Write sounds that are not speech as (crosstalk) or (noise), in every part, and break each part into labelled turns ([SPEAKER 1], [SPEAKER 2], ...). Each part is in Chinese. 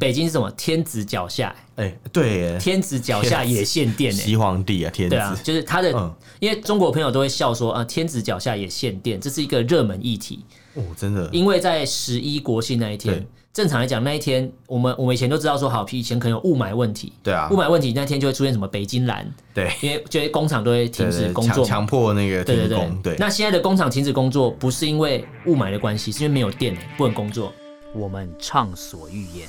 [SPEAKER 1] 北京是什么？天子脚
[SPEAKER 2] (laughs)
[SPEAKER 1] 下，
[SPEAKER 2] 哎、对耶，
[SPEAKER 1] 天子脚下也限电呢、
[SPEAKER 2] 西皇帝啊， (laughs) 天子，
[SPEAKER 1] 对啊，就是他的，
[SPEAKER 2] 嗯
[SPEAKER 1] 因为中国朋友都会笑说啊，天子脚下也限电，这是一个热门议题。
[SPEAKER 2] 哦，真的，
[SPEAKER 1] 因为在十一国庆那一天
[SPEAKER 2] 对，
[SPEAKER 1] 正常来讲那一天，我们我们以前都知道说，好，以前可能有雾霾问题，
[SPEAKER 2] 对啊
[SPEAKER 1] 雾霾问题那天就会出现什么北京蓝，
[SPEAKER 2] 对，
[SPEAKER 1] 因为就会工厂都会停
[SPEAKER 2] 对
[SPEAKER 1] 止
[SPEAKER 2] 对
[SPEAKER 1] 工
[SPEAKER 2] 强
[SPEAKER 1] 作嘛
[SPEAKER 2] 强，迫那个
[SPEAKER 1] 对对
[SPEAKER 2] 停
[SPEAKER 1] 对
[SPEAKER 2] 工，对，
[SPEAKER 1] 那现在的工厂停止工作，不是因为雾霾的关系，是因为没有电，欸不能工作。
[SPEAKER 3] 我们畅所欲言；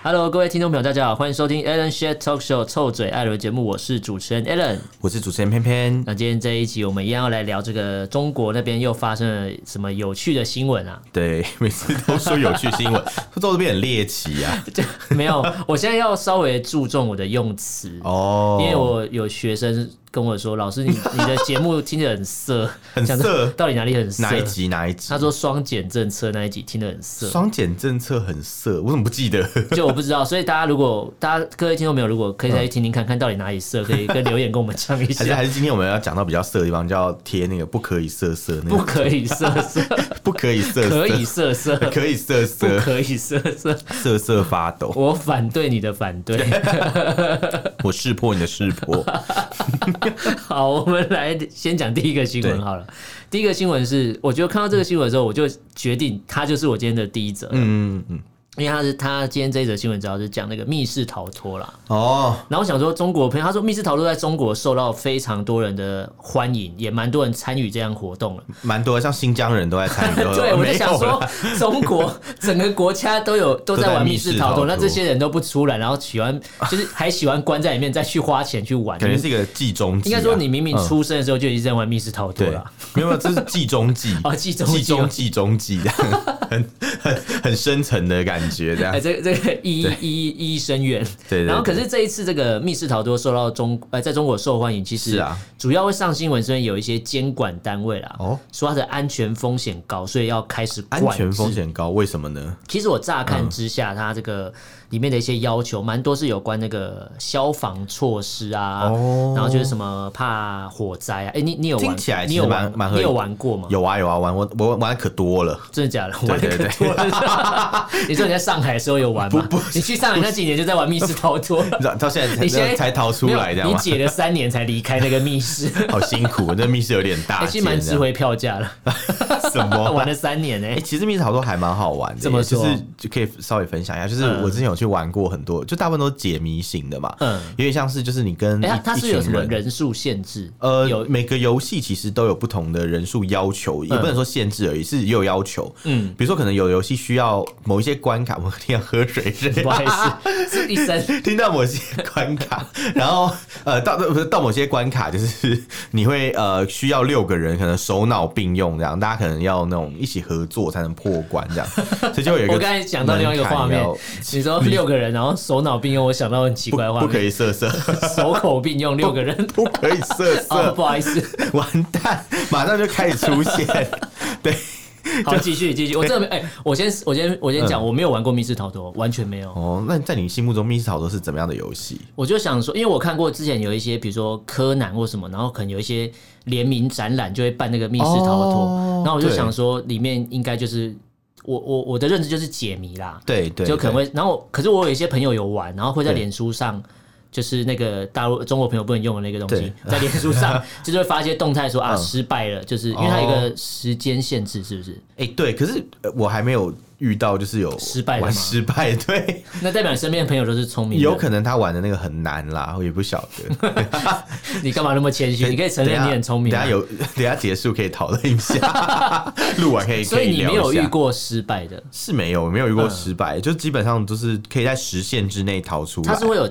[SPEAKER 1] Hello，各位听众朋友，大家好，欢迎收听 Alan s h a t Talk Show 臭嘴艾伦节目，我是主持人 Alan。
[SPEAKER 2] 我是主持人偏偏，
[SPEAKER 1] 那今天这一集，我们一样要来聊这个中国那边又发生了什么有趣的新闻
[SPEAKER 2] (laughs)
[SPEAKER 1] 啊？
[SPEAKER 2] 对，每次都说有趣新闻， (laughs) 做这边很猎奇
[SPEAKER 1] (laughs)
[SPEAKER 2] 啊，
[SPEAKER 1] 这没有，我现在要稍微注重我的用词。
[SPEAKER 2] 哦，
[SPEAKER 1] 因为我有学生跟我说，老师你你的节目听着很色，
[SPEAKER 2] (laughs) 很
[SPEAKER 1] 想说
[SPEAKER 2] 色
[SPEAKER 1] 到底哪里很色？
[SPEAKER 2] 哪一集哪一集，
[SPEAKER 1] 他说双减政策那一集听得很色，
[SPEAKER 2] 双减政策很色，我怎么
[SPEAKER 1] (laughs)
[SPEAKER 2] 不记得？
[SPEAKER 1] 就我不知道，所以大家如果大家各位听众朋友，如果可以再去听听看看到底哪里色，可以跟留言跟我们讲一
[SPEAKER 2] (laughs) 还是
[SPEAKER 1] 下
[SPEAKER 2] 还。是今天我们要讲到比较色的地方，就要贴那个不可以色色，那
[SPEAKER 1] (laughs) 不
[SPEAKER 2] 个
[SPEAKER 1] 可以色色，
[SPEAKER 2] 不可以色色，
[SPEAKER 1] 可以色色，
[SPEAKER 2] 可以色
[SPEAKER 1] 不
[SPEAKER 2] 色，
[SPEAKER 1] 可以色 (laughs) 色。
[SPEAKER 2] 瑟瑟发
[SPEAKER 1] (laughs)
[SPEAKER 2] 抖。
[SPEAKER 1] 我反对你的反对。
[SPEAKER 2] 我识破你的识破，
[SPEAKER 1] (laughs) 好，我们来先讲第一个新闻
[SPEAKER 2] 对
[SPEAKER 1] 好了。第一个新闻是，我觉得看到这个新闻的时候，我就决定它就是我今天的第一则了，
[SPEAKER 2] 嗯嗯嗯，
[SPEAKER 1] 因为它是它今天这一则新闻主要是讲那个密室逃脱啦。
[SPEAKER 2] 哦，
[SPEAKER 1] 然后我想说，中国朋友他说密室逃脱在中国受到非常多人的欢迎，也蛮多人参与这样活动了。
[SPEAKER 2] 蛮多的，像新疆人都在参与，
[SPEAKER 1] (laughs) 对，我就想
[SPEAKER 2] 呃没有
[SPEAKER 1] 说
[SPEAKER 2] 了，
[SPEAKER 1] (laughs) 中国整个国家都
[SPEAKER 2] (laughs)
[SPEAKER 1] 有都在
[SPEAKER 2] 都在
[SPEAKER 1] 玩
[SPEAKER 2] 密
[SPEAKER 1] 密室
[SPEAKER 2] 室
[SPEAKER 1] 逃
[SPEAKER 2] 逃
[SPEAKER 1] 脱，
[SPEAKER 2] 脱
[SPEAKER 1] 那这些人都不出来，然后喜
[SPEAKER 2] (laughs)
[SPEAKER 1] 欢就是还喜欢关在里面再去花钱去玩，
[SPEAKER 2] 可能是一个计中计
[SPEAKER 1] 应
[SPEAKER 2] 啊，
[SPEAKER 1] 该说你明明
[SPEAKER 2] 嗯
[SPEAKER 1] 出生的时候就已经在玩密室逃脱
[SPEAKER 2] 对
[SPEAKER 1] 了。，
[SPEAKER 2] 没有，没有这是计中计
[SPEAKER 1] (laughs) 哦计中计
[SPEAKER 2] 计中计中计，这样很很很深层的感觉，这样
[SPEAKER 1] 哎，。这个这个意义意义意义深远。
[SPEAKER 2] 对对
[SPEAKER 1] 然后，可
[SPEAKER 2] 对
[SPEAKER 1] 是这一次这个密室逃脱受到中呃，在中国受欢迎，其
[SPEAKER 2] 是
[SPEAKER 1] 实
[SPEAKER 2] 啊
[SPEAKER 1] 主要会上新闻，是因为有一些监管单位啦，
[SPEAKER 2] 哦
[SPEAKER 1] 说它的安全风险高，所以要开始管
[SPEAKER 2] 安
[SPEAKER 1] 制
[SPEAKER 2] 全风。险高，为什么呢？
[SPEAKER 1] 其实我乍
[SPEAKER 2] 嗯
[SPEAKER 1] 看之下，它这个里面的一些要求，蛮多是有关那个消防措施啊，
[SPEAKER 2] 哦
[SPEAKER 1] 然后就是什么怕火灾啊。哎，你你有玩？
[SPEAKER 2] 听起来
[SPEAKER 1] 你有
[SPEAKER 2] 其实蛮
[SPEAKER 1] 玩？
[SPEAKER 2] 蛮合
[SPEAKER 1] 你
[SPEAKER 2] 理
[SPEAKER 1] 有玩过吗？
[SPEAKER 2] 有啊有啊，玩我我玩的可多了，
[SPEAKER 1] 真的假的？
[SPEAKER 2] 对
[SPEAKER 1] 玩的
[SPEAKER 2] 对
[SPEAKER 1] 可多了。 (laughs) 你说你在上海的时候有玩吗？你去上海那几年就在玩密室逃
[SPEAKER 2] (laughs)
[SPEAKER 1] 脱。
[SPEAKER 2] 你知道到现在才
[SPEAKER 1] 你现在
[SPEAKER 2] 才逃出来，这样
[SPEAKER 1] 没有
[SPEAKER 2] 吗
[SPEAKER 1] 你？解了三年才离开那个密
[SPEAKER 2] (laughs)
[SPEAKER 1] 室，
[SPEAKER 2] 好辛苦，那密室有点大
[SPEAKER 1] 还
[SPEAKER 2] 间，
[SPEAKER 1] 是哎蛮
[SPEAKER 2] 这
[SPEAKER 1] 值
[SPEAKER 2] 样
[SPEAKER 1] 回票价了。
[SPEAKER 2] 啊什么
[SPEAKER 1] (laughs) 玩了三年呢、
[SPEAKER 2] 哎、其实密室逃脱还蛮好玩的耶，
[SPEAKER 1] 怎么说
[SPEAKER 2] 就是就可以稍微分享一下，就是
[SPEAKER 1] 嗯
[SPEAKER 2] 我之前有去玩过很多，就大部分都是解谜型的嘛，
[SPEAKER 1] 嗯
[SPEAKER 2] 嗯，有点像是就是你跟一、
[SPEAKER 1] 哎、它它
[SPEAKER 2] 一
[SPEAKER 1] 是有什
[SPEAKER 2] 群
[SPEAKER 1] 么
[SPEAKER 2] 人。
[SPEAKER 1] 人数限制？
[SPEAKER 2] 呃，
[SPEAKER 1] 有
[SPEAKER 2] 每个游戏其实都有不同的人数要求，也不能说限制而已，是也有要求。
[SPEAKER 1] 嗯
[SPEAKER 2] 嗯，比如说可能有游戏需要某一些关卡，我一定要喝水声，
[SPEAKER 1] (laughs) 不好意思，是一生
[SPEAKER 2] (laughs) 听到某些关卡， (laughs) 然后呃，到不是到某些关卡，就是 (laughs) 你会呃需要六个人，可能手脑并用这样，大家可能要那种一起合作才能破关
[SPEAKER 1] (laughs)
[SPEAKER 2] 这样，所以就有一个
[SPEAKER 1] 我刚才想到另外一个画面
[SPEAKER 2] 门槛要
[SPEAKER 1] 你说六个人，然后手脑并用，我想到很奇怪的画
[SPEAKER 2] 不可
[SPEAKER 1] 面，
[SPEAKER 2] 以色 (laughs) 色，
[SPEAKER 1] 手口并用六个人。
[SPEAKER 2] 不可以色
[SPEAKER 1] (laughs) 哦，不
[SPEAKER 2] 色，
[SPEAKER 1] 好意思，
[SPEAKER 2] (laughs) 完蛋，马上就开始出现，对，
[SPEAKER 1] 好，继续继续。我真的没，哎、我先我先我先
[SPEAKER 2] 嗯
[SPEAKER 1] 讲，我没有玩过密室逃脱，完全没有。
[SPEAKER 2] 哦，那在你心目中密室逃脱是怎么样的游戏？
[SPEAKER 1] 我就想说，因为我看过之前有一些，比如说柯南或什么，然后可能有一些联名展览就会办那个密室逃脱，
[SPEAKER 2] 哦
[SPEAKER 1] 然后我就
[SPEAKER 2] 对
[SPEAKER 1] 想说，里面应该就是我我我的认知就是解谜啦，
[SPEAKER 2] 对对，
[SPEAKER 1] 就可能
[SPEAKER 2] 对
[SPEAKER 1] 会，然后可是我有一些朋友有玩，然后会在
[SPEAKER 2] 对
[SPEAKER 1] 脸书上。就是那个大陆中国朋友不能用的那个东西
[SPEAKER 2] 对，
[SPEAKER 1] (laughs) 在脸书
[SPEAKER 2] (laughs)
[SPEAKER 1] 上就是会发一些动态说啊
[SPEAKER 2] 嗯
[SPEAKER 1] 失败了，就是因为它有一
[SPEAKER 2] 哦
[SPEAKER 1] 个时间限制，是不是？
[SPEAKER 2] 哎、对，可是呃我还没有遇到就是有
[SPEAKER 1] 失败的
[SPEAKER 2] 玩
[SPEAKER 1] 吗
[SPEAKER 2] 失败， (laughs) 对。
[SPEAKER 1] 那代表你身边的朋友都是聪明人，
[SPEAKER 2] 有可能他玩的那个很难啦，我也不晓
[SPEAKER 1] (laughs)
[SPEAKER 2] 得。
[SPEAKER 1] 你干嘛那么谦虚？你可以承认
[SPEAKER 2] 等一下
[SPEAKER 1] 你很聪明
[SPEAKER 2] 等一
[SPEAKER 1] 啊，
[SPEAKER 2] 下有， (laughs) 等一下结束可以讨论
[SPEAKER 1] (laughs)
[SPEAKER 2] 一下，录完可以。
[SPEAKER 1] 所以你
[SPEAKER 2] 可
[SPEAKER 1] 没
[SPEAKER 2] 聊
[SPEAKER 1] 有
[SPEAKER 2] 一下
[SPEAKER 1] 遇过失败的。
[SPEAKER 2] 是没有没有遇过失败，就基本上都是可以在时限之内逃出来。
[SPEAKER 1] 它是会有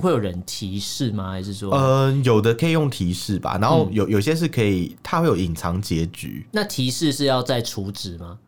[SPEAKER 1] 会有人提示吗？还是说，
[SPEAKER 2] 呃，有的可以用提示吧，然
[SPEAKER 1] 嗯
[SPEAKER 2] 后有有些是可以，它会有隐藏结局。
[SPEAKER 1] 那提示是要再处置吗？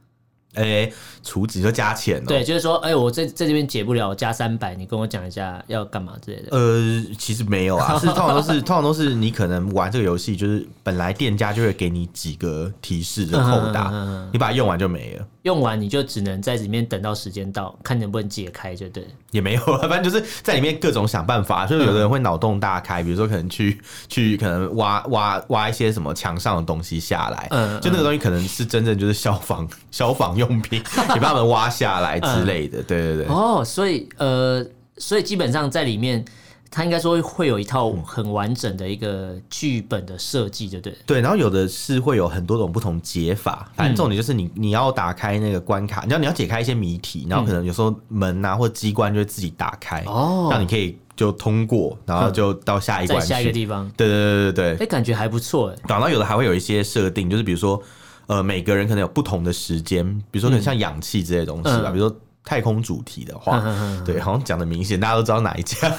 [SPEAKER 2] 哎，储值就加钱哦。
[SPEAKER 1] 对，，就是说，哎、我在在这边解不了，加三百，你跟我讲一下要干嘛之类的。
[SPEAKER 2] 呃，其实没
[SPEAKER 1] (laughs)
[SPEAKER 2] 有啊，是通常都是通常都是你可能玩这个游戏，就是本来店家就会给你几个提示的扣打，
[SPEAKER 1] 嗯嗯嗯嗯嗯
[SPEAKER 2] 你把它用完就没了。
[SPEAKER 1] 用完你就只能在里面等到时间到，看能不能解开，就对了。
[SPEAKER 2] 也没有啊， (laughs) 反正就是在里面各种想办法，
[SPEAKER 1] 嗯
[SPEAKER 2] 就是有的人会脑洞大开，比如说可能去去可能挖挖挖一些什么墙上的东西下来，
[SPEAKER 1] 嗯
[SPEAKER 2] 就那个东西可能是真正就是消防消防用
[SPEAKER 1] (laughs)
[SPEAKER 2] 品，你把它们挖下来
[SPEAKER 1] 嗯
[SPEAKER 2] 之类的，对对对，
[SPEAKER 1] 哦，所以呃，所以基本上在里面，它应该说会有一套很完整的一个剧本的设计，就对了。
[SPEAKER 2] 对，然后有的是会有很多种不同解法，
[SPEAKER 1] 嗯
[SPEAKER 2] 反正重点就是你你要打开那个关卡，你要你要解开一些谜题，
[SPEAKER 1] 嗯
[SPEAKER 2] 然后可能有时候门啊或机关就会自己打开，
[SPEAKER 1] 哦嗯
[SPEAKER 2] 让你可以就通过，然后就到下一
[SPEAKER 1] 在
[SPEAKER 2] 关
[SPEAKER 1] 下一个
[SPEAKER 2] 去。
[SPEAKER 1] 地方，
[SPEAKER 2] 对对对对
[SPEAKER 1] 哎、，
[SPEAKER 2] 对
[SPEAKER 1] 感觉还不错，哎，
[SPEAKER 2] 然后有的还会有一些设定，就是比如说，呃，每个人可能有不同的时间，比如说可能像氧气之类的东西吧，
[SPEAKER 1] 嗯
[SPEAKER 2] 比如说太空主题的话，
[SPEAKER 1] 嗯
[SPEAKER 2] 对，好像讲的明显，大家都知道哪一
[SPEAKER 1] (laughs)
[SPEAKER 2] 家。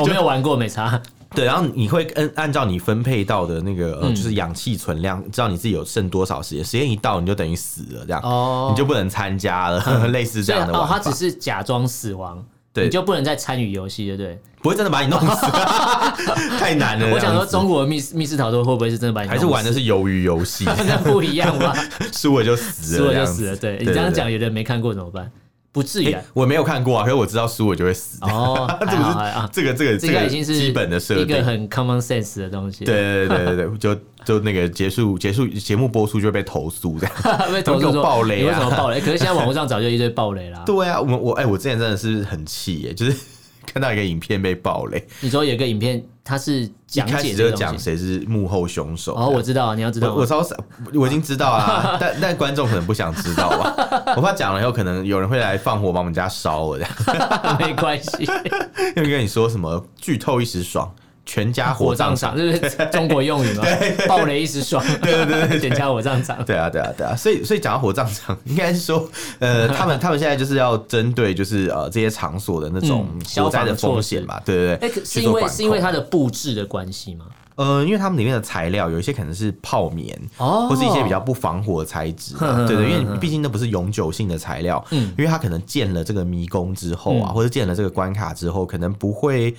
[SPEAKER 1] 我没有玩过，没差。
[SPEAKER 2] 对，然后你会按按照你分配到的那个、
[SPEAKER 1] 嗯
[SPEAKER 2] 呃就是氧气存量，知道你自己有剩多少时间，时间一到你就等于死了，这样、
[SPEAKER 1] 哦
[SPEAKER 2] 你就不能参加了， (laughs) 类似这
[SPEAKER 1] 所以
[SPEAKER 2] 样的玩
[SPEAKER 1] 哦，
[SPEAKER 2] 法。
[SPEAKER 1] 他只是假装死亡，
[SPEAKER 2] 对
[SPEAKER 1] 你就不能再参与游戏，对不对？
[SPEAKER 2] 不会真的把你弄
[SPEAKER 1] (laughs)
[SPEAKER 2] 死，太难了。
[SPEAKER 1] 我想
[SPEAKER 2] 这
[SPEAKER 1] 说，
[SPEAKER 2] 样子
[SPEAKER 1] 中国的密室密室逃脱会不会是真的把你
[SPEAKER 2] 还是玩的
[SPEAKER 1] 是
[SPEAKER 2] 是鱿鱼游
[SPEAKER 1] (laughs)
[SPEAKER 2] 戏，
[SPEAKER 1] 不一样
[SPEAKER 2] (laughs)
[SPEAKER 1] 吧？
[SPEAKER 2] 输了就死
[SPEAKER 1] 死我
[SPEAKER 2] 了啊这
[SPEAKER 1] 就
[SPEAKER 2] 样子，
[SPEAKER 1] 死了。对你
[SPEAKER 2] 对
[SPEAKER 1] 这样
[SPEAKER 2] 对
[SPEAKER 1] 讲，有人没看过怎么办？不至于
[SPEAKER 2] 欸
[SPEAKER 1] 啊。
[SPEAKER 2] 我没有看过啊，可是我知道输我就会死。
[SPEAKER 1] 哦，还好还好，
[SPEAKER 2] (laughs) 这个这个
[SPEAKER 1] 这个已经是
[SPEAKER 2] 基本的设
[SPEAKER 1] 一个
[SPEAKER 2] 定。
[SPEAKER 1] 很 common sense 的东西。
[SPEAKER 2] 对对对对对，就就那个结束结束节目播出就被投诉这
[SPEAKER 1] (laughs)
[SPEAKER 2] 样。
[SPEAKER 1] 被投
[SPEAKER 2] 都
[SPEAKER 1] 诉
[SPEAKER 2] 给
[SPEAKER 1] 说
[SPEAKER 2] 我爆雷啊
[SPEAKER 1] 你为什么爆雷？可是现在网络上早就一堆爆雷啦。
[SPEAKER 2] 对啊，我我哎、我之前真的是很气耶， (laughs) 就是看到一个影片被爆雷，
[SPEAKER 1] 你说有一个影片，它是
[SPEAKER 2] 一
[SPEAKER 1] 讲
[SPEAKER 2] 开
[SPEAKER 1] 解
[SPEAKER 2] 始
[SPEAKER 1] 这
[SPEAKER 2] 就
[SPEAKER 1] 个
[SPEAKER 2] 讲
[SPEAKER 1] 东西。
[SPEAKER 2] 谁是幕后凶手。
[SPEAKER 1] 哦，我知道，你要知道
[SPEAKER 2] 我我
[SPEAKER 1] 吗，
[SPEAKER 2] 超我已经知道啦，
[SPEAKER 1] (laughs)
[SPEAKER 2] 但但观众可能不想知道吧。我怕讲了以后，可能有人会来放火把我们家烧了，
[SPEAKER 1] (laughs)
[SPEAKER 2] 这样。
[SPEAKER 1] 没关
[SPEAKER 2] (laughs)
[SPEAKER 1] 系，
[SPEAKER 2] 又跟你说什么剧透一时爽，全家火
[SPEAKER 1] 火
[SPEAKER 2] 葬
[SPEAKER 1] 葬
[SPEAKER 2] 场
[SPEAKER 1] 场。这是中国用
[SPEAKER 2] (laughs)
[SPEAKER 1] 语吗？爆雷一时爽，对对对，点加火葬场。
[SPEAKER 2] 对啊，对啊，对啊，所以所以讲到火葬场，应该是说，
[SPEAKER 1] (laughs)
[SPEAKER 2] 呃，他们他们现在就是要针对就是呃这些场所的那种
[SPEAKER 1] 嗯
[SPEAKER 2] 火
[SPEAKER 1] 消
[SPEAKER 2] 灾
[SPEAKER 1] 防
[SPEAKER 2] 的风
[SPEAKER 1] 措
[SPEAKER 2] 险
[SPEAKER 1] 施
[SPEAKER 2] 嘛，对对
[SPEAKER 1] 哎，
[SPEAKER 2] 对，
[SPEAKER 1] 可
[SPEAKER 2] 去
[SPEAKER 1] 是
[SPEAKER 2] 做
[SPEAKER 1] 因为
[SPEAKER 2] 管
[SPEAKER 1] 是因为
[SPEAKER 2] 控
[SPEAKER 1] 它的布置的关系吗？
[SPEAKER 2] 呃，因为他们里面的材料有一些可能是泡棉，
[SPEAKER 1] 哦
[SPEAKER 2] 或是一些比较不防火的材质
[SPEAKER 1] 哼
[SPEAKER 2] 啊，
[SPEAKER 1] 哼
[SPEAKER 2] 对对，因
[SPEAKER 1] 哼
[SPEAKER 2] 为
[SPEAKER 1] 哼
[SPEAKER 2] 毕竟那不是永久性的材料，
[SPEAKER 1] 嗯
[SPEAKER 2] 因为它可能建了这个迷宫之后啊，
[SPEAKER 1] 嗯
[SPEAKER 2] 或者建了这个关卡之后，可能不会。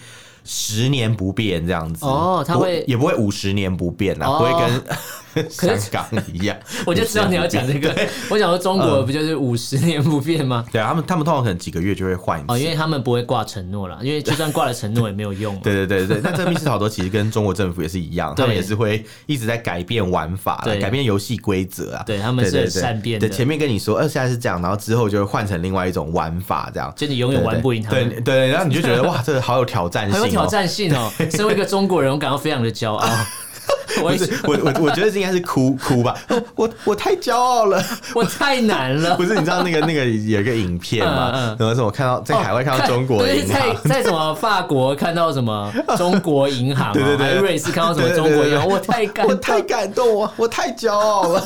[SPEAKER 2] 十年不变这样子
[SPEAKER 1] 哦它
[SPEAKER 2] 不
[SPEAKER 1] 会
[SPEAKER 2] 也不会五十年不变啦，啊
[SPEAKER 1] 哦
[SPEAKER 2] 不会跟 (laughs)
[SPEAKER 1] 可
[SPEAKER 2] 香
[SPEAKER 1] 是
[SPEAKER 2] 港一样。
[SPEAKER 1] (laughs) 我就知道你要讲
[SPEAKER 2] 50年不变
[SPEAKER 1] 这个。我想说，中
[SPEAKER 2] 嗯
[SPEAKER 1] 国不就是五十年不变吗？
[SPEAKER 2] (laughs) 对啊，他们他们通常可能几个月就会换一次。
[SPEAKER 1] 哦，因为他们不会挂承诺啦，因为就算挂了承诺也没有用嘛。
[SPEAKER 2] 对对对对，那这个密室逃脱其实跟中国政府也是
[SPEAKER 1] (laughs)
[SPEAKER 2] 一样，
[SPEAKER 1] 对
[SPEAKER 2] 他们也是会一直在改变玩法啦、
[SPEAKER 1] 对
[SPEAKER 2] 改变游戏规则啊。
[SPEAKER 1] 对他们是很
[SPEAKER 2] 对对
[SPEAKER 1] 善变的
[SPEAKER 2] 对，前面跟你说，呃，现在是这样，然后之后就会换成另外一种玩法，这样
[SPEAKER 1] 就你永远玩不赢他
[SPEAKER 2] 对
[SPEAKER 1] 们
[SPEAKER 2] 对对对，然后你就觉得哇，这个好有挑战
[SPEAKER 1] (laughs)
[SPEAKER 2] 性、
[SPEAKER 1] 很
[SPEAKER 2] 哦。
[SPEAKER 1] 有挑战性哦。身为一个中国人，我感到非常的骄傲。
[SPEAKER 2] (laughs)
[SPEAKER 1] 我
[SPEAKER 2] 不是我我我觉得这应该是哭 (laughs) 哭吧，我我太骄傲了。 (laughs)
[SPEAKER 1] 我太难了
[SPEAKER 2] 不。是你知道那个那个有一个影片嘛，
[SPEAKER 1] (laughs) 嗯嗯哦
[SPEAKER 2] 然后是我看到在海外看到中国的
[SPEAKER 1] 对
[SPEAKER 2] 银行，
[SPEAKER 1] 在在什么法国看到什
[SPEAKER 2] (laughs)
[SPEAKER 1] 么中国银行、啊，
[SPEAKER 2] 对对对
[SPEAKER 1] 还有瑞士看到什么中国银行，
[SPEAKER 2] 对对对对
[SPEAKER 1] 我太感
[SPEAKER 2] 我
[SPEAKER 1] 动，
[SPEAKER 2] 太感动，我我太骄傲
[SPEAKER 1] (laughs)
[SPEAKER 2] 了，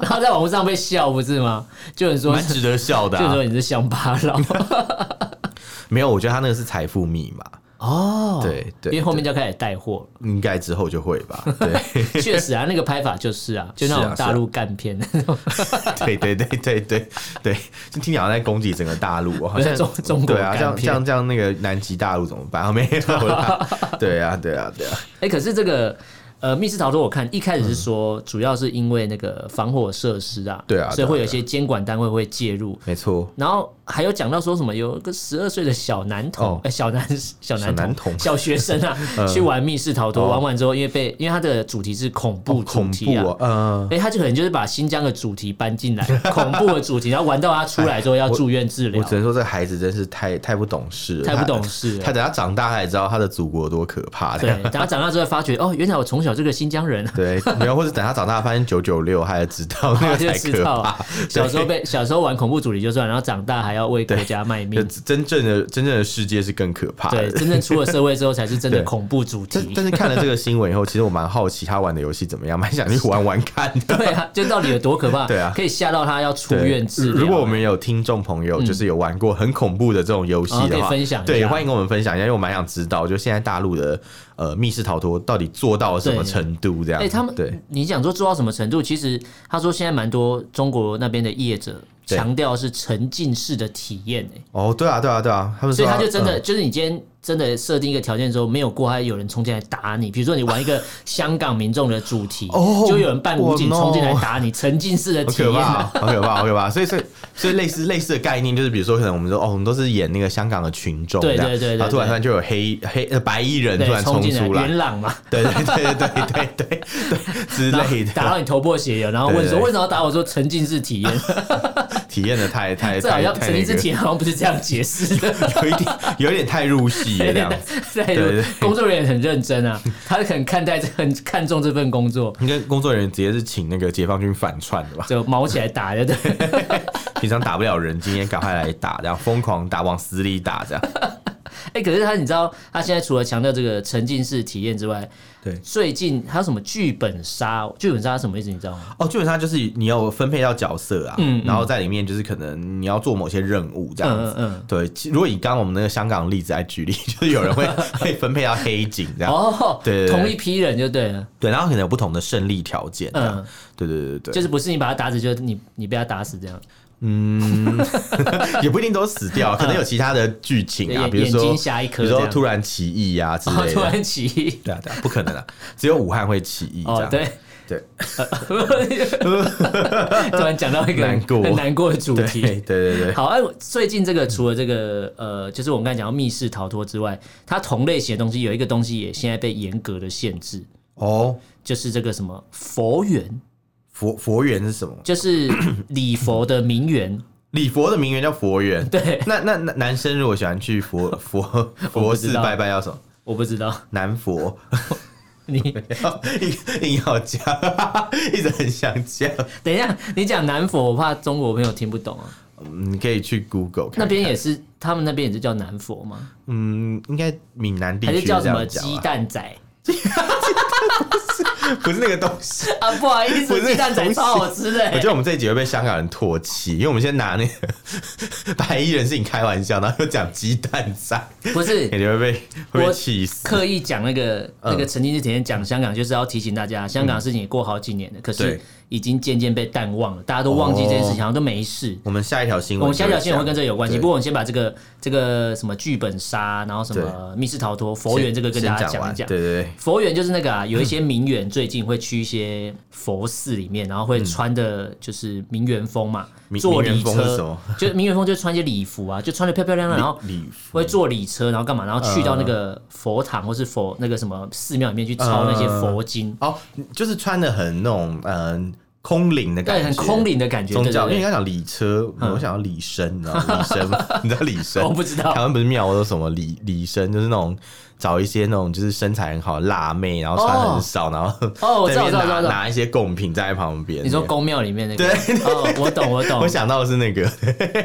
[SPEAKER 1] 然后在网络上被笑，不是吗？就有人说，
[SPEAKER 2] 蛮值得笑的、
[SPEAKER 1] 就有人
[SPEAKER 2] 啊
[SPEAKER 1] 说。你是乡巴佬
[SPEAKER 2] (laughs) 没有，我觉得他那个是财富密码。
[SPEAKER 1] 哦，
[SPEAKER 2] 对对
[SPEAKER 1] 因为后面就开始带货了，
[SPEAKER 2] 应该之后就会
[SPEAKER 1] (laughs)
[SPEAKER 2] 吧。对，
[SPEAKER 1] 确实啊，那个拍法就是啊，就那
[SPEAKER 2] 是
[SPEAKER 1] 种
[SPEAKER 2] 啊
[SPEAKER 1] 大陆干片，
[SPEAKER 2] 对对对对对对，就听你好像在攻击整个大陆哦，好像
[SPEAKER 1] 中中国
[SPEAKER 2] 对啊，
[SPEAKER 1] 干
[SPEAKER 2] 这样
[SPEAKER 1] 片
[SPEAKER 2] 这样这样那个南极大陆怎么办？啊没有
[SPEAKER 1] (laughs)
[SPEAKER 2] 啦，对啊对啊对啊，
[SPEAKER 1] 哎、可是这个呃密室逃脱，我看一开
[SPEAKER 2] 嗯
[SPEAKER 1] 始是说，主要是因为那个防火设施啊，
[SPEAKER 2] 对啊
[SPEAKER 1] 所以
[SPEAKER 2] 对啊
[SPEAKER 1] 会有一
[SPEAKER 2] 对
[SPEAKER 1] 些监管单位会介入。
[SPEAKER 2] 没错。
[SPEAKER 1] 然后还有讲到说什么，有个十二岁的小男童，
[SPEAKER 2] 哦
[SPEAKER 1] 哎小男 (laughs) 小男
[SPEAKER 2] 小男童嗯
[SPEAKER 1] 小学生
[SPEAKER 2] (laughs)
[SPEAKER 1] 啊，去玩密室逃脱，玩完之后，因为被因为它的主题是恐怖主
[SPEAKER 2] 恐
[SPEAKER 1] 题
[SPEAKER 2] 怖
[SPEAKER 1] 啊，
[SPEAKER 2] 哦，嗯，
[SPEAKER 1] 哎、他就可能就是把新疆的主题搬进来，恐怖的主题，然后玩到他出来之后要住院治疗
[SPEAKER 2] 哎我，只能说这孩子真是太太不懂事了，
[SPEAKER 1] 啊太不
[SPEAKER 2] 他
[SPEAKER 1] 懂事了
[SPEAKER 2] 他等他长大他也知道他的祖国多可怕。
[SPEAKER 1] 对，等他长大之哎后发觉，哦，原来我从小就是个新疆人啊。
[SPEAKER 2] 对，没
[SPEAKER 1] (laughs)
[SPEAKER 2] 有，或者等他长大发现九九六，他也知道那
[SPEAKER 1] 他
[SPEAKER 2] 个 (laughs)
[SPEAKER 1] 就
[SPEAKER 2] 才
[SPEAKER 1] 知
[SPEAKER 2] 可
[SPEAKER 1] 道
[SPEAKER 2] 怕
[SPEAKER 1] 啊。小时候被小时候玩恐怖主题就算，然后长大还
[SPEAKER 3] 还要为国家卖
[SPEAKER 2] 就
[SPEAKER 3] 命。
[SPEAKER 2] 真正的真正的世界是更可怕 (laughs)
[SPEAKER 3] 对，
[SPEAKER 2] 的。
[SPEAKER 3] 真正出了社会之后，才是真的
[SPEAKER 2] 对
[SPEAKER 3] 恐怖主
[SPEAKER 2] 但
[SPEAKER 3] 题
[SPEAKER 2] 但。是看了这个新闻以后，其实我蛮好奇他玩的游戏怎么样，蛮 (laughs) 想去玩玩看
[SPEAKER 3] (laughs)
[SPEAKER 2] 的。
[SPEAKER 3] 对啊，就到底有多可
[SPEAKER 2] (laughs)
[SPEAKER 3] 怕？
[SPEAKER 2] 对啊
[SPEAKER 3] 可以吓到他要出
[SPEAKER 2] 对
[SPEAKER 3] 院治疗。
[SPEAKER 2] 如果我们有听众朋友就是有玩过很恐怖的这种游戏
[SPEAKER 3] 嗯哦可
[SPEAKER 2] 的
[SPEAKER 3] 以
[SPEAKER 2] 话，
[SPEAKER 3] 分享一下
[SPEAKER 2] 对，也欢迎跟我们分享一下，因为我蛮想知道，就现在大陆的呃密室逃脱到底做到了什么
[SPEAKER 3] 对
[SPEAKER 2] 程度这样。
[SPEAKER 3] 哎、他们
[SPEAKER 2] 对，
[SPEAKER 3] 你想说做到什么程度？其实他说现在蛮多中国那边的业者
[SPEAKER 2] 对
[SPEAKER 3] 强调是沉浸式的体验、哎，
[SPEAKER 2] 哦，对啊，对啊，对啊，他们
[SPEAKER 3] 所
[SPEAKER 2] 说
[SPEAKER 3] 以他就
[SPEAKER 2] 要
[SPEAKER 3] 真的、
[SPEAKER 2] 嗯
[SPEAKER 3] 就是你今天真的设定一个条件之后没有过，还有人冲进来
[SPEAKER 2] (laughs)
[SPEAKER 3] 打你。比如说你玩一个香港民众的主题，
[SPEAKER 2] 哦
[SPEAKER 3] 就有人扮武警
[SPEAKER 2] 我
[SPEAKER 3] 冲进来
[SPEAKER 2] no
[SPEAKER 3] 打你，沉浸式的
[SPEAKER 2] 好
[SPEAKER 3] 体
[SPEAKER 2] 可
[SPEAKER 3] 验、
[SPEAKER 2] 怕哦， (laughs) 好可怕，好可怕！所以，所以，所以类似类似的概念，就是比如说，可能我们说，哦，我们都是演那个香港的群众这
[SPEAKER 3] 对
[SPEAKER 2] 样，
[SPEAKER 3] 对对对
[SPEAKER 2] 然后突然
[SPEAKER 3] 对
[SPEAKER 2] 突然就有黑黑呃白衣人突
[SPEAKER 3] 对，
[SPEAKER 2] 然
[SPEAKER 3] 冲
[SPEAKER 2] 冲
[SPEAKER 3] 进来
[SPEAKER 2] 出来
[SPEAKER 3] 元，朗
[SPEAKER 2] (laughs)
[SPEAKER 3] 嘛，
[SPEAKER 2] 对对对对对对对对之
[SPEAKER 3] 然后
[SPEAKER 2] 类
[SPEAKER 3] 打
[SPEAKER 2] 的，
[SPEAKER 3] 到你头破血流，然后问
[SPEAKER 2] 对
[SPEAKER 3] 说
[SPEAKER 2] 对对
[SPEAKER 3] 为什么要打我？说沉浸式体验，
[SPEAKER 2] (laughs) 体验的太太
[SPEAKER 3] 这好
[SPEAKER 2] 太
[SPEAKER 3] 像
[SPEAKER 2] 太
[SPEAKER 3] 沉浸
[SPEAKER 2] 那
[SPEAKER 3] 式
[SPEAKER 2] 个
[SPEAKER 3] 体，验好像不是这样解释的。
[SPEAKER 2] 有一点有一点太入戏了这样。
[SPEAKER 3] (laughs) 对
[SPEAKER 2] (laughs) 对对
[SPEAKER 3] 工作人员很认真啊，他很看待这很看重这份工作，
[SPEAKER 2] 应该工作人员直接是请那个解放军反串的吧？
[SPEAKER 3] 就毛起来打的，对，
[SPEAKER 2] (laughs)
[SPEAKER 3] (laughs)
[SPEAKER 2] 平常打不了人，今天赶快来打，这样疯狂打，往死里打，
[SPEAKER 3] (laughs)
[SPEAKER 2] 这样。
[SPEAKER 3] 哎、可是他你知道，他现在除了强调这个沉浸式体验之外，
[SPEAKER 2] 对
[SPEAKER 3] 最近还有什么剧本杀？剧本杀什么意思？你知道吗？
[SPEAKER 2] 哦，基本上就是你有分配到角色啊，
[SPEAKER 3] 嗯嗯
[SPEAKER 2] 然后在里面就是可能你要做某些任务这样子。
[SPEAKER 3] 嗯嗯嗯
[SPEAKER 2] 对，其如果以刚刚我们那个香港例子来举例， (laughs) 就是有人会会分配到黑警这样，
[SPEAKER 3] 哦，
[SPEAKER 2] 对对对
[SPEAKER 3] 同一批人就对了，
[SPEAKER 2] 对，然后可能有不同的胜利条件。嗯
[SPEAKER 3] 嗯，，
[SPEAKER 2] 对对对对，
[SPEAKER 3] 就是不是你把他打死，就是你你被他打死这样， (laughs)
[SPEAKER 2] (laughs) 也不一定都死掉，可能有其他的剧情啊，
[SPEAKER 3] 嗯眼
[SPEAKER 2] 比如
[SPEAKER 3] 眼
[SPEAKER 2] 说
[SPEAKER 3] 睛瞎一
[SPEAKER 2] 比
[SPEAKER 3] 颗
[SPEAKER 2] 如
[SPEAKER 3] 这
[SPEAKER 2] 说
[SPEAKER 3] 样，
[SPEAKER 2] 突然起义啊之
[SPEAKER 3] 哦
[SPEAKER 2] 类
[SPEAKER 3] 突
[SPEAKER 2] 的。
[SPEAKER 3] 然起义，
[SPEAKER 2] 对啊对啊，不可能啊，只有武汉会起义这
[SPEAKER 3] 哦
[SPEAKER 2] 样。
[SPEAKER 3] 对。
[SPEAKER 2] 对
[SPEAKER 3] 突然讲到一个
[SPEAKER 2] 难过
[SPEAKER 3] 很难过的主
[SPEAKER 2] 对
[SPEAKER 3] 题，
[SPEAKER 2] 对对对，
[SPEAKER 3] 好，哎，我最近这个除了这个呃，就是我们刚才讲到密室逃脱之外，它同类型的东西有一个东西也现在被严格的限制，
[SPEAKER 2] 哦，
[SPEAKER 3] 就是这个什么佛缘，
[SPEAKER 2] 佛佛缘是什么？
[SPEAKER 3] 就是 (coughs) 礼佛的名媛。
[SPEAKER 2] 礼佛的名媛叫佛缘。
[SPEAKER 3] 对，
[SPEAKER 2] 那那那男生如果喜欢去佛佛佛
[SPEAKER 3] (laughs) 我不知
[SPEAKER 2] 寺
[SPEAKER 3] 道
[SPEAKER 2] 拜拜，要什么？
[SPEAKER 3] 我不知道
[SPEAKER 2] 南
[SPEAKER 3] (laughs)
[SPEAKER 2] 佛，
[SPEAKER 3] 你
[SPEAKER 2] 硬硬要讲， (laughs) 一直很想讲。
[SPEAKER 3] 等一下，你讲南佛，我怕中国朋友听不懂啊。
[SPEAKER 2] 嗯你可以去 Google 看看
[SPEAKER 3] 那边也是，他们那边也是叫南佛吗？
[SPEAKER 2] 嗯，应该闽南地
[SPEAKER 3] 还
[SPEAKER 2] 区
[SPEAKER 3] 是叫
[SPEAKER 2] 这
[SPEAKER 3] 什么
[SPEAKER 2] 样讲
[SPEAKER 3] 鸡
[SPEAKER 2] 啊，
[SPEAKER 3] 蛋仔
[SPEAKER 2] (laughs) 不是那个东西。
[SPEAKER 3] 啊？不好意
[SPEAKER 2] 不
[SPEAKER 3] 思，
[SPEAKER 2] 是
[SPEAKER 3] 鸡蛋仔超好吃的、
[SPEAKER 2] 我觉得我们这一集会被香港人唾弃，因为我们先拿那个白衣人是你开玩笑，然后又讲鸡蛋仔，
[SPEAKER 3] 不
[SPEAKER 2] (laughs)
[SPEAKER 3] 是
[SPEAKER 2] 感，觉会被会
[SPEAKER 3] 我
[SPEAKER 2] 被气死。
[SPEAKER 3] 刻意讲那个
[SPEAKER 2] 嗯
[SPEAKER 3] 那个曾经是体验讲香港，就是要提醒大家，香港的事情也过好几年了，可是
[SPEAKER 2] 对哦
[SPEAKER 3] 已经渐渐被淡忘了，大家都忘记这件事情，好像都没事。
[SPEAKER 2] 我们下一条新闻，
[SPEAKER 3] 我们下一条新闻会跟这个有关系，
[SPEAKER 2] 对
[SPEAKER 3] 不过我们先把这个这个什么剧本杀，然后什么密室逃脱、佛缘这个跟大家
[SPEAKER 2] 先
[SPEAKER 3] 讲
[SPEAKER 2] 完
[SPEAKER 3] 一讲。
[SPEAKER 2] 对嗯对对，
[SPEAKER 3] 佛缘就是那个啊，有一些名媛最近会去一些佛寺里面，然后会穿的就是名媛风嘛，
[SPEAKER 2] 嗯名
[SPEAKER 3] 坐
[SPEAKER 2] 名
[SPEAKER 3] 礼
[SPEAKER 2] 媛风是什
[SPEAKER 3] 车
[SPEAKER 2] 么，
[SPEAKER 3] 就名媛风就穿一些礼服啊，就穿的漂漂亮亮，然后
[SPEAKER 2] 礼佛
[SPEAKER 3] 会坐礼车，然后干嘛？然后去到那个佛堂或是佛那个什么寺庙里面去抄那些佛经，
[SPEAKER 2] 哦，就是穿的很那种嗯、空灵的感
[SPEAKER 3] 对，
[SPEAKER 2] 觉，
[SPEAKER 3] 很空灵的感觉，
[SPEAKER 2] 宗
[SPEAKER 3] 对
[SPEAKER 2] 教，
[SPEAKER 3] 对
[SPEAKER 2] 因为你
[SPEAKER 3] 对。
[SPEAKER 2] 刚讲礼车，我想要礼生，你知道礼生吗？ (laughs) 你知道礼生？
[SPEAKER 3] 我不知道
[SPEAKER 2] 台湾不是庙都什么礼礼生，就是那种找一些那种就是身材很好的辣妹，然后穿很少，然后
[SPEAKER 3] 哦我知道
[SPEAKER 2] 在那边
[SPEAKER 3] 我知道我知道我知
[SPEAKER 2] 拿
[SPEAKER 3] 道
[SPEAKER 2] 拿一些贡品站在旁边。
[SPEAKER 3] 你说宫庙里面那个，哦，我懂，我懂
[SPEAKER 2] 我，想到的是那个， (laughs)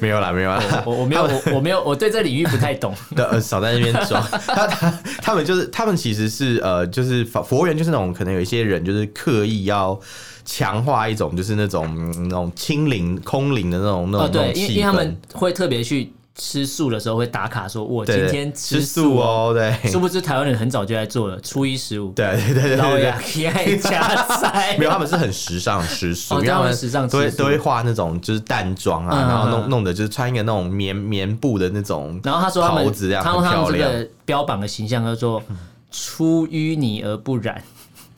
[SPEAKER 2] 没有啦，没有啦。
[SPEAKER 3] 我我没有，我我没有，我对这领域不太
[SPEAKER 2] (laughs)
[SPEAKER 3] 懂。
[SPEAKER 2] 对， (laughs) 呃少在那边
[SPEAKER 3] (laughs)
[SPEAKER 2] 装。他他他们就是他们其实是呃，就是佛佛缘就是那种可能有一些人就是刻意要强化一种就是那种嗯那种清灵空灵的那种那种、
[SPEAKER 3] 哦，
[SPEAKER 2] 那
[SPEAKER 3] 对，
[SPEAKER 2] 种
[SPEAKER 3] 因为
[SPEAKER 2] 气
[SPEAKER 3] 因为他
[SPEAKER 2] 氛
[SPEAKER 3] 们。会特别去吃素的时候会打卡，说我今
[SPEAKER 2] 对对
[SPEAKER 3] 天
[SPEAKER 2] 吃
[SPEAKER 3] 素
[SPEAKER 2] 素，哦，对
[SPEAKER 3] 殊不知台湾人很早就在做了，初一十五，
[SPEAKER 2] (laughs) 对对对对
[SPEAKER 3] 老
[SPEAKER 2] 对
[SPEAKER 3] 哦呀 (laughs)
[SPEAKER 2] 对。，
[SPEAKER 3] 爱加菜
[SPEAKER 2] 没，有，他们是很时尚吃素，
[SPEAKER 3] 哦
[SPEAKER 2] 因为
[SPEAKER 3] 他
[SPEAKER 2] 他
[SPEAKER 3] 们
[SPEAKER 2] 们
[SPEAKER 3] 时尚
[SPEAKER 2] 都会
[SPEAKER 3] 吃素
[SPEAKER 2] 都会化那种就是淡妆啊，
[SPEAKER 3] 嗯
[SPEAKER 2] 然后
[SPEAKER 3] 嗯嗯
[SPEAKER 2] 弄弄的就是穿一个那种棉棉布的那种，
[SPEAKER 3] 然后他说他
[SPEAKER 2] 袍
[SPEAKER 3] 们
[SPEAKER 2] 子这，样
[SPEAKER 3] 他
[SPEAKER 2] 很
[SPEAKER 3] 们他
[SPEAKER 2] 漂
[SPEAKER 3] 们这
[SPEAKER 2] 亮。嗯
[SPEAKER 3] 个标榜的形象叫做“出淤泥而不染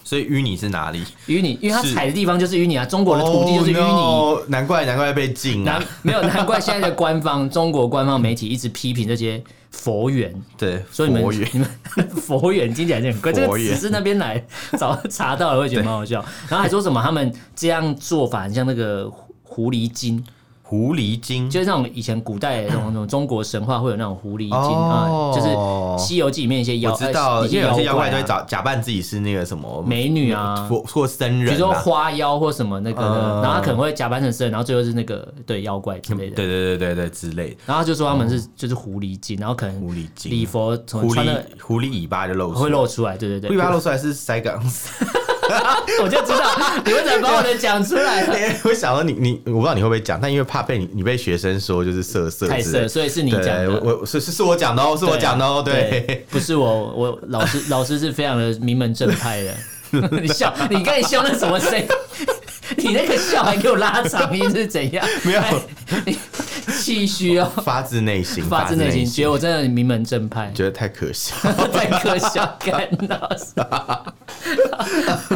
[SPEAKER 2] 所以淤泥是哪里？”，
[SPEAKER 3] 淤泥，因为他
[SPEAKER 2] 是
[SPEAKER 3] 踩的地方就是淤泥啊，中国的 (laughs) 土地就是淤泥。
[SPEAKER 2] Oh no，难怪难怪被禁啊
[SPEAKER 3] 难。没有难怪现在的官方中国官方媒体一直批评这些佛缘，
[SPEAKER 2] 对，
[SPEAKER 3] 所以你
[SPEAKER 2] 佛
[SPEAKER 3] 们
[SPEAKER 2] 缘
[SPEAKER 3] 你们佛缘听起来就很怪， (laughs) 这个
[SPEAKER 2] 佛
[SPEAKER 3] 词
[SPEAKER 2] 缘
[SPEAKER 3] 是那边来早 (laughs) 查到了，会觉得蛮好笑。然后还说什么他们这样做法很像那个狐狸精，
[SPEAKER 2] 狐狸精
[SPEAKER 3] 就是那种以前古代的那种那种中国神话会有那种狐狸精啊、
[SPEAKER 2] 哦
[SPEAKER 3] 就是《西游记》里面一些妖，
[SPEAKER 2] 我知道，
[SPEAKER 3] 呃一
[SPEAKER 2] 因
[SPEAKER 3] 些
[SPEAKER 2] 为有些妖怪
[SPEAKER 3] 怪
[SPEAKER 2] 都会
[SPEAKER 3] 啊
[SPEAKER 2] 假假扮自己是那个什么
[SPEAKER 3] 美女啊
[SPEAKER 2] 或或僧
[SPEAKER 3] 比
[SPEAKER 2] 人、
[SPEAKER 3] 如说
[SPEAKER 2] 啊，
[SPEAKER 3] 花妖或什么那个的，
[SPEAKER 2] 嗯
[SPEAKER 3] 然后他可能会假扮成僧，然后最后是那个对妖怪之
[SPEAKER 2] 对
[SPEAKER 3] 类的。
[SPEAKER 2] 对对对对之类的，
[SPEAKER 3] 然后他就说他们是就是狐狸精，然后可能
[SPEAKER 2] 狐狸精
[SPEAKER 3] 礼佛从
[SPEAKER 2] 狐
[SPEAKER 3] 穿的
[SPEAKER 2] 狸狐狸尾巴就露出来，
[SPEAKER 3] 会露出来，对对对，
[SPEAKER 2] 狐狸尾巴露出来是塞港。
[SPEAKER 3] 我就知道 (laughs) 你为什么把我的讲出
[SPEAKER 2] (laughs)
[SPEAKER 3] 来了，
[SPEAKER 2] 哎我想说你你，我不知道你会不会讲，但因为怕被你你被学生说就是色色
[SPEAKER 3] 太
[SPEAKER 2] 之类
[SPEAKER 3] 色，
[SPEAKER 2] 的，
[SPEAKER 3] 所以是你讲
[SPEAKER 2] 对，
[SPEAKER 3] 的。
[SPEAKER 2] 我我是是是我讲的哦，是我
[SPEAKER 3] 对啊
[SPEAKER 2] 讲的哦，对，
[SPEAKER 3] 不是我，我老师 (laughs) 老师是非常的名门正
[SPEAKER 2] (laughs)
[SPEAKER 3] 派的。你笑，你刚才笑那什么声？你那个笑还给我拉长音是怎样？哎
[SPEAKER 2] 没有
[SPEAKER 3] 你气虚哦，
[SPEAKER 2] (laughs) 发自内心，
[SPEAKER 3] (laughs) 发自内心，觉得
[SPEAKER 2] 我
[SPEAKER 3] 我真的名门
[SPEAKER 2] (laughs)
[SPEAKER 3] 正派。
[SPEAKER 2] 觉得太可
[SPEAKER 3] (laughs)
[SPEAKER 2] 笑。
[SPEAKER 3] 太可笑，干老师。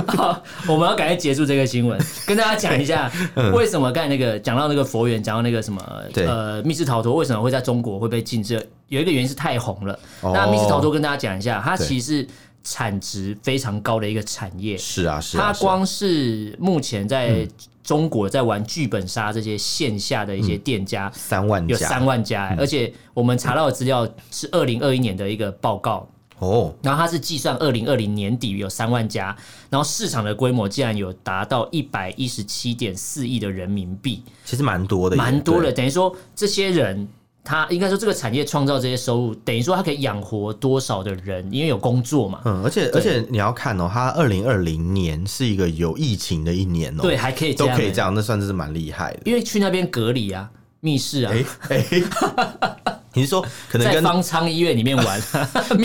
[SPEAKER 3] 好，我们要赶快结束这个新闻，跟大家讲一下为什么刚才那个讲到那个佛缘，讲到那个什么
[SPEAKER 2] 对
[SPEAKER 3] 呃密室逃脱为什么会在中国会被禁止？有一个原因是太红了。
[SPEAKER 2] 哦
[SPEAKER 3] 那密室逃脱跟大家讲一下，它
[SPEAKER 2] 对
[SPEAKER 3] 其实是产值非常高的一个产业，
[SPEAKER 2] 是啊，是 (laughs)
[SPEAKER 3] 它
[SPEAKER 2] 啊，是啊
[SPEAKER 3] 光是目前在中国在玩剧本杀这些线下的一些店家，
[SPEAKER 2] 三万
[SPEAKER 3] 有
[SPEAKER 2] 加
[SPEAKER 3] 三万家、欸而且我们查到的资料是二零二一年的一个报告，
[SPEAKER 2] 哦，
[SPEAKER 3] 然后它是计算二零二零年底有三万家，然后市场的规模竟然有达到一百一十七点四亿的人民币，
[SPEAKER 2] 其实蛮多的耶，
[SPEAKER 3] 蛮多的。
[SPEAKER 2] 对。
[SPEAKER 3] 等于说这些人，他应该说这个产业创造这些收入，等于说他可以养活多少的人，因为有工作嘛。
[SPEAKER 2] 嗯，而且而且你要看哦，它二零二零年是一个有疫情的一年哦，
[SPEAKER 3] 对，，还可以这
[SPEAKER 2] 都
[SPEAKER 3] 样、欸
[SPEAKER 2] 可以这，样，那算是蛮厉害的。
[SPEAKER 3] 因为去那边隔离啊、密室啊，
[SPEAKER 2] 哎哎， (laughs) 你是说可能
[SPEAKER 3] 在
[SPEAKER 2] 跟
[SPEAKER 3] 方舱医院里面玩 密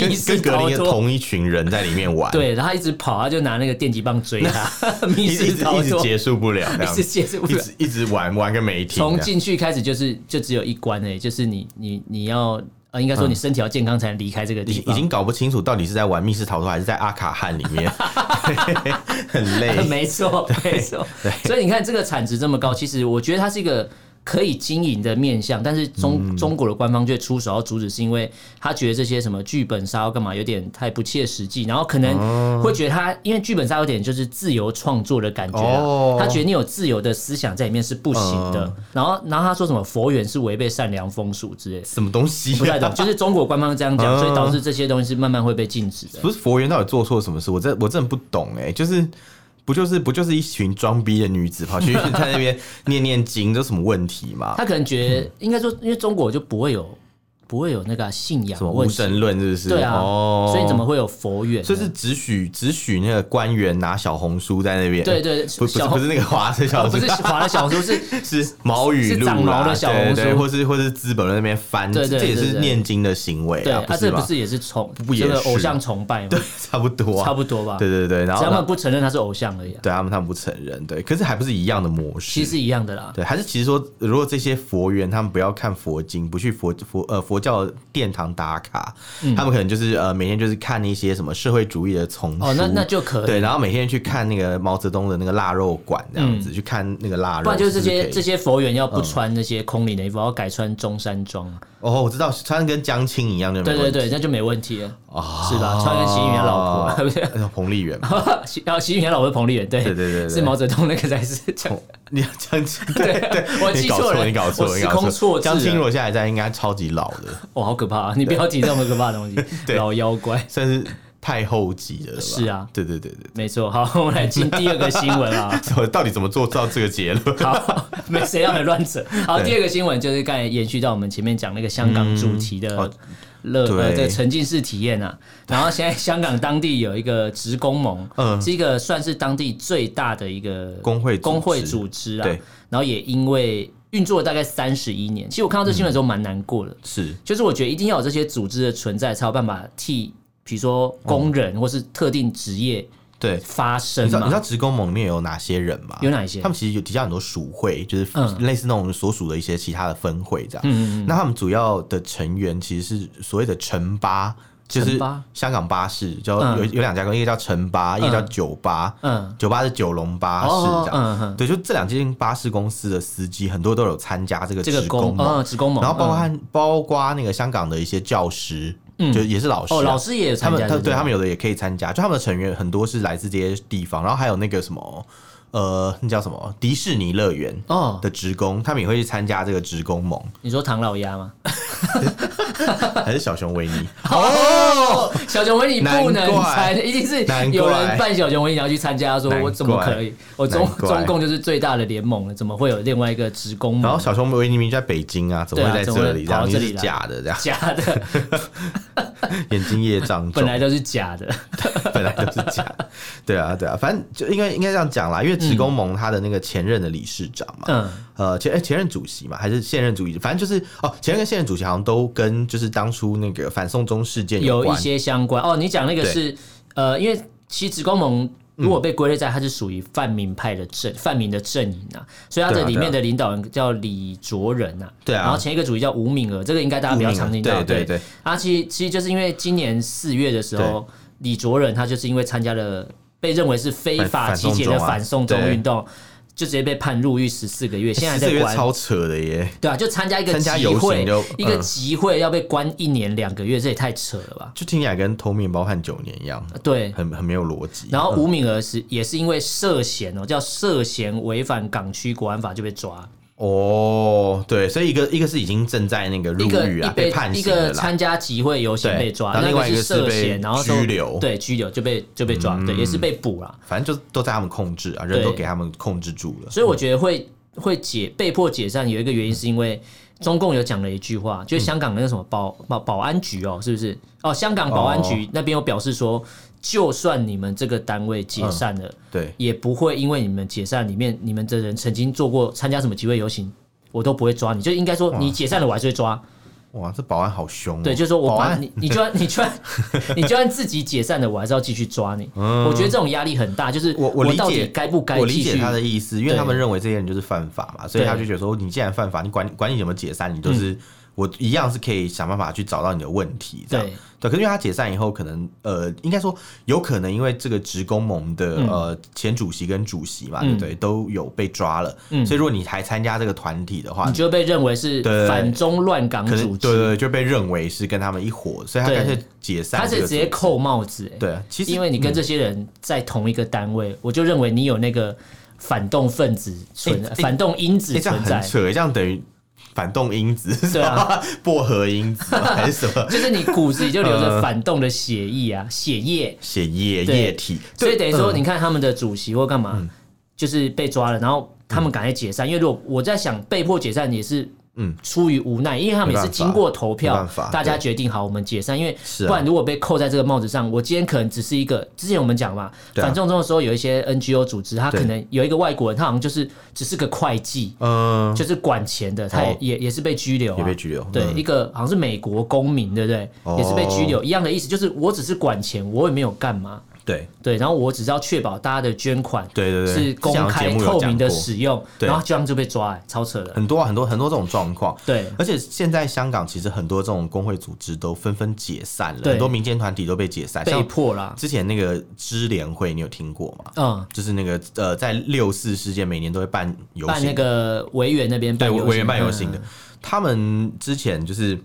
[SPEAKER 2] (laughs) 跟
[SPEAKER 3] 室
[SPEAKER 2] 跟格
[SPEAKER 3] 逃
[SPEAKER 2] 林的
[SPEAKER 3] 脱。
[SPEAKER 2] 同一群人在里面玩，，
[SPEAKER 3] (laughs) 对，然后他一直跑，他就拿那个电击棒追
[SPEAKER 2] (laughs)
[SPEAKER 3] 他，
[SPEAKER 2] 一
[SPEAKER 3] (laughs) 密
[SPEAKER 2] 直
[SPEAKER 3] 室
[SPEAKER 2] 一直
[SPEAKER 3] 逃
[SPEAKER 2] 一直
[SPEAKER 3] 脱，
[SPEAKER 2] 结束不了，这
[SPEAKER 3] (laughs) 一
[SPEAKER 2] 样
[SPEAKER 3] 直结束不
[SPEAKER 2] 一
[SPEAKER 3] 了。
[SPEAKER 2] 直 (laughs) 一直玩玩个没停，
[SPEAKER 3] 从
[SPEAKER 2] 这样
[SPEAKER 3] 进去开始就是就只有一关诶、就是你你你要呃，应该说
[SPEAKER 2] 嗯
[SPEAKER 3] 你身体要健康才能离开这个
[SPEAKER 2] 已
[SPEAKER 3] 地
[SPEAKER 2] 已
[SPEAKER 3] 方。
[SPEAKER 2] 经搞不清楚到底是在玩密室逃脱还是在阿卡汉里
[SPEAKER 3] (laughs)
[SPEAKER 2] 面， (laughs) 很累。
[SPEAKER 3] 没错，没错。所以你看这个产值这么高，其实我觉得它是一个可以经营的面向，但是中、中国的官方却出手要阻止，是因为他觉得这些什么剧本杀要啊干嘛，有点太不切实际，然后可能会觉得他因为剧本杀有点就是自由创作的感觉啊，
[SPEAKER 2] 哦
[SPEAKER 3] 他觉得你有自由的思想在里面是不行的。然后然后他说什么佛缘是违背善良风俗之类的。
[SPEAKER 2] 什么东西、
[SPEAKER 3] 不太
[SPEAKER 2] 啊？
[SPEAKER 3] 懂，就是中国官方这样讲，
[SPEAKER 2] 嗯
[SPEAKER 3] 所以导致这些东西是慢慢会被禁止的。
[SPEAKER 2] 不是佛缘到底做错什么事？我真我真的不懂哎、就是不就是不就是一群装逼的女子跑去在那边念念经，这有什么问题吗？
[SPEAKER 3] 他可能觉得，应该说，因为中国就不会有不会有那个信仰
[SPEAKER 2] 什么无
[SPEAKER 3] 问题，
[SPEAKER 2] 神论是不是？
[SPEAKER 3] 对啊，
[SPEAKER 2] 哦，
[SPEAKER 3] 所以怎么会有佛缘呢？
[SPEAKER 2] 所以是只许只许那个官员拿小红书在那边？
[SPEAKER 3] 对对
[SPEAKER 2] 不不是
[SPEAKER 3] 小
[SPEAKER 2] 不是那个华是小
[SPEAKER 3] 哦
[SPEAKER 2] 红书， (laughs)
[SPEAKER 3] 不是华的小红书是
[SPEAKER 2] 是毛语
[SPEAKER 3] 是
[SPEAKER 2] 录
[SPEAKER 3] 长毛
[SPEAKER 2] 啦，
[SPEAKER 3] 的小红书
[SPEAKER 2] 对对对或是或是资本论那边翻，
[SPEAKER 3] 对对对
[SPEAKER 2] 这也
[SPEAKER 3] 对
[SPEAKER 2] 是念经的行为
[SPEAKER 3] 对，
[SPEAKER 2] 啊，
[SPEAKER 3] 啊，这
[SPEAKER 2] 是
[SPEAKER 3] 不
[SPEAKER 2] 吗？
[SPEAKER 3] 是也是崇
[SPEAKER 2] 不也
[SPEAKER 3] 这个
[SPEAKER 2] 是啊
[SPEAKER 3] 偶像崇拜吗？
[SPEAKER 2] 对， (laughs) 差不多啊，
[SPEAKER 3] 差不多吧。
[SPEAKER 2] 对
[SPEAKER 3] 只
[SPEAKER 2] 对对，然后
[SPEAKER 3] 要他
[SPEAKER 2] 然
[SPEAKER 3] 们
[SPEAKER 2] 后
[SPEAKER 3] 不承认他是偶像而已啊，
[SPEAKER 2] 对他们他们不承认，对，可是还不是一样的模式。
[SPEAKER 3] 其实一样的啦。
[SPEAKER 2] 对，还是其实说，如果这些佛缘他们不要看佛经，不去佛佛呃佛教殿堂打卡，
[SPEAKER 3] 嗯
[SPEAKER 2] 他们可能就是呃每天就是看一些什么社会主义的丛书，
[SPEAKER 3] 哦，那那就可以
[SPEAKER 2] 对，。然后每天去看那个毛泽东的那个腊肉馆这样子，去看那个腊肉，
[SPEAKER 3] 嗯不然就是这
[SPEAKER 2] (laughs) 是不是可
[SPEAKER 3] 些
[SPEAKER 2] 以
[SPEAKER 3] 这些佛缘要
[SPEAKER 2] 嗯
[SPEAKER 3] 不穿那些空灵的衣服，要改穿中山装啊。
[SPEAKER 2] 哦，我知道穿跟江青一样就没
[SPEAKER 3] 对
[SPEAKER 2] 问
[SPEAKER 3] 对
[SPEAKER 2] 题
[SPEAKER 3] 对，那就没
[SPEAKER 2] (laughs)
[SPEAKER 3] 问题了，
[SPEAKER 2] 哦
[SPEAKER 3] 是吧？穿跟习近平的老婆，不是？
[SPEAKER 2] 婆，彭丽媛嘛，
[SPEAKER 3] (laughs) 习然后习近啊平老婆彭丽媛，对
[SPEAKER 2] 对对对对
[SPEAKER 3] 是 (laughs) 毛泽东那个才是讲
[SPEAKER 2] (laughs) 彭你要江青，对对，
[SPEAKER 3] (laughs) 我
[SPEAKER 2] 你
[SPEAKER 3] 记
[SPEAKER 2] 搞
[SPEAKER 3] 错了
[SPEAKER 2] 你搞错，
[SPEAKER 3] 我
[SPEAKER 2] 你
[SPEAKER 3] 时
[SPEAKER 2] 搞
[SPEAKER 3] 空错置
[SPEAKER 2] 江青
[SPEAKER 3] 了
[SPEAKER 2] 如果现在还在，应该超级老的，
[SPEAKER 3] 哇，好可怕、啊！你不要提这么可怕的东西，
[SPEAKER 2] (laughs) 对
[SPEAKER 3] 老妖怪。
[SPEAKER 2] 算是太后级的了吧。
[SPEAKER 3] 是啊
[SPEAKER 2] 对对对对，
[SPEAKER 3] 没错，好，我们来进第二个新闻啊。
[SPEAKER 2] 怎么 (laughs) 到底怎么做到这个结论？
[SPEAKER 3] 好，没谁让你乱
[SPEAKER 2] (laughs)
[SPEAKER 3] 扯。好，
[SPEAKER 2] 对
[SPEAKER 3] 第二个新闻就是刚才延续到我们前面讲那个香港主题的
[SPEAKER 2] 哦
[SPEAKER 3] 乐、呃
[SPEAKER 2] 对
[SPEAKER 3] 这个沉浸式体验啊。然后现在香港当地有一个职工盟，
[SPEAKER 2] 嗯
[SPEAKER 3] 是一个算是当地最大的一个
[SPEAKER 2] 工会组织
[SPEAKER 3] 工会组织啊。
[SPEAKER 2] 对
[SPEAKER 3] 然后也因为运作了大概三十一年，其实我看到这新闻的时候蛮难过的。
[SPEAKER 2] 是
[SPEAKER 3] 就是我觉得一定要有这些组织的存在，才有办法替，比如说工人或是特定职业
[SPEAKER 2] 对。
[SPEAKER 3] 发声
[SPEAKER 2] 嗯你知道你知
[SPEAKER 3] 嘛。
[SPEAKER 2] 道职工盟里面有哪些人吗？
[SPEAKER 3] 有哪些
[SPEAKER 2] 他们其实有底下很多属会，就是
[SPEAKER 3] 嗯
[SPEAKER 2] 类似那种所属的一些其他的分会这样。
[SPEAKER 3] 嗯
[SPEAKER 2] 那他们主要的成员其实是所谓的城巴，就是
[SPEAKER 3] 城巴
[SPEAKER 2] 香港巴士，就
[SPEAKER 3] 嗯
[SPEAKER 2] 有有两家公司，一个叫城巴，一个叫九巴。
[SPEAKER 3] 嗯，
[SPEAKER 2] 九巴是九龙巴士
[SPEAKER 3] 哦
[SPEAKER 2] 这样。
[SPEAKER 3] 嗯嗯，
[SPEAKER 2] 对，就这两间巴士公司的司机很多都有参加这个
[SPEAKER 3] 这个
[SPEAKER 2] 职
[SPEAKER 3] 工
[SPEAKER 2] 工
[SPEAKER 3] 嗯
[SPEAKER 2] 盟，
[SPEAKER 3] 职工盟，
[SPEAKER 2] 然后包括
[SPEAKER 3] 嗯
[SPEAKER 2] 他包括那个香港的一些教师，
[SPEAKER 3] 嗯
[SPEAKER 2] 就也是老师啊，
[SPEAKER 3] 哦，老师也有
[SPEAKER 2] 他
[SPEAKER 3] 参
[SPEAKER 2] 们
[SPEAKER 3] 加，
[SPEAKER 2] 他
[SPEAKER 3] 不
[SPEAKER 2] 对他们有的也可以参加，就他们的成员很多是来自这些地方，然后还有那个什么呃，那叫什么迪士尼乐园
[SPEAKER 1] 哦
[SPEAKER 2] 的职工，他们也会去参加这个职工
[SPEAKER 1] (laughs)
[SPEAKER 2] 盟，
[SPEAKER 1] 你说唐老鸭吗？
[SPEAKER 2] 还是小熊维尼？
[SPEAKER 1] 哦，小熊维尼不
[SPEAKER 2] 难
[SPEAKER 1] 能
[SPEAKER 2] 怪
[SPEAKER 1] 参，一定是
[SPEAKER 2] 难怪
[SPEAKER 1] 有人扮小熊维尼然后去参加，说
[SPEAKER 2] 难怪
[SPEAKER 1] 我怎么可以？我中
[SPEAKER 2] 难怪
[SPEAKER 1] 中共就是最大的联盟了，怎么会有另外一个职工
[SPEAKER 2] 然后
[SPEAKER 1] 盟？
[SPEAKER 2] 小熊维尼明明就在北京啊，怎么会
[SPEAKER 1] 对
[SPEAKER 2] 在
[SPEAKER 1] 啊怎么会
[SPEAKER 2] 这里？这
[SPEAKER 1] 跑
[SPEAKER 2] 样
[SPEAKER 1] 到
[SPEAKER 2] 你
[SPEAKER 1] 这里
[SPEAKER 2] 是
[SPEAKER 1] 来
[SPEAKER 2] 假的，这样 (laughs)
[SPEAKER 1] 假的，
[SPEAKER 2] 眼睛业
[SPEAKER 1] (laughs)
[SPEAKER 2] 障重
[SPEAKER 1] 本，来都是假的。
[SPEAKER 2] (laughs) 本来就是假的。对啊，对啊，反正就应该应该这样讲啦，因为职工盟他的那个前任的理事长嘛，
[SPEAKER 1] 嗯，
[SPEAKER 2] 呃前哎前任主席嘛，还是现任主席，反正就是哦，前任跟现任主席好像都跟就是当初那个反送中事件
[SPEAKER 1] 有一
[SPEAKER 2] 关。
[SPEAKER 1] 些相关哦。你讲那个是呃，因为其实职工盟如果被归类在，它是属于泛民派的阵泛民的阵营啊，所以它
[SPEAKER 2] 对
[SPEAKER 1] 的
[SPEAKER 2] 啊
[SPEAKER 1] 里面的
[SPEAKER 2] 对
[SPEAKER 1] 领导人叫李卓仁啊，
[SPEAKER 2] 对啊
[SPEAKER 1] 然后前一个主席叫吴敏娥，这个应该大家比较常听到，
[SPEAKER 2] 对对对，
[SPEAKER 1] 啊，其实其实就是因为今年四月的时候，李卓仁他就是因为参加了被认为是非法
[SPEAKER 2] 反
[SPEAKER 1] 集结的反
[SPEAKER 2] 反
[SPEAKER 1] 送
[SPEAKER 2] 送
[SPEAKER 1] 中
[SPEAKER 2] 中啊
[SPEAKER 1] 运动，就直接被判入狱十四个月，现在还
[SPEAKER 2] 这
[SPEAKER 1] 在
[SPEAKER 2] 个
[SPEAKER 1] 关。
[SPEAKER 2] 超
[SPEAKER 1] (laughs)
[SPEAKER 2] 扯的耶，
[SPEAKER 1] 对啊，就参加一个
[SPEAKER 2] 参加
[SPEAKER 1] 集
[SPEAKER 2] 游
[SPEAKER 1] 会
[SPEAKER 2] 行就，
[SPEAKER 1] 一个
[SPEAKER 2] 嗯
[SPEAKER 1] 集会要被关一年两个月，这也太扯了吧？
[SPEAKER 2] 就听起来跟偷面包判九年一样，
[SPEAKER 1] 对，
[SPEAKER 2] 很很没有逻辑。
[SPEAKER 1] 然后吴敏儿是也是因为涉嫌哦，叫涉嫌
[SPEAKER 2] 啊
[SPEAKER 1] 违反港区国安法就被抓，
[SPEAKER 2] 哦，对，所以一个一个是已经正在那个入
[SPEAKER 1] 一个
[SPEAKER 2] 狱
[SPEAKER 1] 一
[SPEAKER 2] 啊，
[SPEAKER 1] 被
[SPEAKER 2] 被判
[SPEAKER 1] 一
[SPEAKER 2] 刑的
[SPEAKER 1] 个
[SPEAKER 2] 啦。
[SPEAKER 1] 参加集会游行
[SPEAKER 2] 对
[SPEAKER 1] 被抓，
[SPEAKER 2] 然后
[SPEAKER 1] 那
[SPEAKER 2] 另外一
[SPEAKER 1] 是
[SPEAKER 2] 个是
[SPEAKER 1] 涉
[SPEAKER 2] 被
[SPEAKER 1] 嫌，然后说
[SPEAKER 2] 拘留嗯
[SPEAKER 1] 对，拘留就被就被抓，对，也是被捕了。
[SPEAKER 2] 反正就都在他们控制啊，人
[SPEAKER 1] 对
[SPEAKER 2] 都给他们控制住了。
[SPEAKER 1] 所以我觉得会会解被迫解散有一个原因是因为。中共有讲了一句话，
[SPEAKER 2] 嗯
[SPEAKER 1] 就是香港那个什么保保保安局哦，是不是？哦，香港保安局那边有表示说，就算你们这个单位
[SPEAKER 2] 嗯
[SPEAKER 1] 解散了，
[SPEAKER 2] 对，
[SPEAKER 1] 也不会因为你们解散里面你们的人曾经做过参加什么集会游行，我都不会抓你，就应该
[SPEAKER 2] 嗯
[SPEAKER 1] 说你解散了我还是会抓，
[SPEAKER 2] 哇，这保安好凶、哦。
[SPEAKER 1] 对，就是说我
[SPEAKER 2] 保
[SPEAKER 1] 把
[SPEAKER 2] 安
[SPEAKER 1] 你，你就
[SPEAKER 2] (laughs)
[SPEAKER 1] 算你就算你就算自己解散了，我还是要继续抓你。我觉得这种压力很大，就是
[SPEAKER 2] 嗯我
[SPEAKER 1] 我
[SPEAKER 2] 理
[SPEAKER 1] 到底
[SPEAKER 2] 解
[SPEAKER 1] 该不该
[SPEAKER 2] 我
[SPEAKER 1] 继
[SPEAKER 2] 理解
[SPEAKER 1] 续？
[SPEAKER 2] 他的意思，因为他们
[SPEAKER 1] 对
[SPEAKER 2] 认为这些人就是犯法嘛，所以
[SPEAKER 1] 对嗯
[SPEAKER 2] 他就觉得说，你既然犯法，你管管你怎么解散，你就是、我一样是可以想办法去找到你的问题，这样
[SPEAKER 1] 对
[SPEAKER 2] 对。可是因为他解散以后，可能呃，应该说有可能因为这个职工盟的、
[SPEAKER 1] 嗯
[SPEAKER 2] 呃前主席跟主席嘛，对不对，都有被抓了，
[SPEAKER 1] 嗯
[SPEAKER 2] 所以如果你还参加这个团体的话
[SPEAKER 1] 你，就会被认为是
[SPEAKER 2] 对
[SPEAKER 1] 反中乱港
[SPEAKER 2] 可能
[SPEAKER 1] 组
[SPEAKER 2] 对对
[SPEAKER 1] 织，
[SPEAKER 2] 对就被认为是跟他们一伙，所以他
[SPEAKER 1] 对
[SPEAKER 2] 干脆解散
[SPEAKER 1] 他
[SPEAKER 2] 这
[SPEAKER 1] 是
[SPEAKER 2] 个组织，
[SPEAKER 1] 直接扣帽子、欸。
[SPEAKER 2] 对啊，其实
[SPEAKER 1] 因为你跟这些人在同一个单位，我就认为你有那个反动分子存、
[SPEAKER 2] 欸欸
[SPEAKER 1] 反动因子
[SPEAKER 2] 欸这样
[SPEAKER 1] 存在
[SPEAKER 2] 很。扯，这样等于反动因子，
[SPEAKER 1] 对啊，
[SPEAKER 2] (laughs) 薄荷因子吗还是什
[SPEAKER 1] (laughs)
[SPEAKER 2] 么
[SPEAKER 1] 就是你骨子里就留
[SPEAKER 2] (laughs) 呃
[SPEAKER 1] 着反动的血液啊，血液，
[SPEAKER 2] 血液
[SPEAKER 1] 对
[SPEAKER 2] 液体，
[SPEAKER 1] 所以等于说，
[SPEAKER 2] 嗯
[SPEAKER 1] 你看他们的主席或干嘛，就是被抓了，然后他们赶快解散。因为如果我在想被迫解散也是。嗯
[SPEAKER 2] 嗯，
[SPEAKER 1] 出于无奈，因为他们也是
[SPEAKER 2] 没办法
[SPEAKER 1] 经过投
[SPEAKER 2] 没
[SPEAKER 1] 票
[SPEAKER 2] 办法，
[SPEAKER 1] 大家决定好我们解散，因为
[SPEAKER 2] 是啊
[SPEAKER 1] 不然如果被扣在这个帽子上，我今天可能只是一个之前我们讲嘛，
[SPEAKER 2] 对啊
[SPEAKER 1] 反送中的时候有一些 NGO 组织，他
[SPEAKER 2] 对
[SPEAKER 1] 可能有一个外国人，他好像就是只是个会计，
[SPEAKER 2] 嗯，
[SPEAKER 1] 就是管钱的，他也
[SPEAKER 2] 哦
[SPEAKER 1] 也也是被拘留啊，
[SPEAKER 2] 也被拘留
[SPEAKER 1] 对，
[SPEAKER 2] 嗯
[SPEAKER 1] 一个好像是美国公民，对不对？
[SPEAKER 2] 哦
[SPEAKER 1] 也是被拘留，一样的意思，就是我只是管钱，我也没有干嘛。
[SPEAKER 2] 对
[SPEAKER 1] 对，然后我只是要确保大家的捐款
[SPEAKER 2] 对对对
[SPEAKER 1] 是公开
[SPEAKER 2] 之前有节目有
[SPEAKER 1] 透明的
[SPEAKER 2] 讲过
[SPEAKER 1] 使用，
[SPEAKER 2] 对
[SPEAKER 1] 然后这样就被抓、哎，超扯的。
[SPEAKER 2] 很多啊很多很多这种状况。
[SPEAKER 1] 对
[SPEAKER 2] 而且现在香港其实很多这种工会组织都纷纷解散了，
[SPEAKER 1] 对
[SPEAKER 2] 很多民间团体都被解散。
[SPEAKER 1] 被
[SPEAKER 2] 像
[SPEAKER 1] 迫啦，
[SPEAKER 2] 之前那个支联会，你有听过吗？
[SPEAKER 1] 嗯，
[SPEAKER 2] 就是那个呃，在六四事件每年都会办游
[SPEAKER 1] 办那
[SPEAKER 2] 行，
[SPEAKER 1] 个维园那边
[SPEAKER 2] 对
[SPEAKER 1] 办游行嗯
[SPEAKER 2] 委员办游行的，，他们之前就是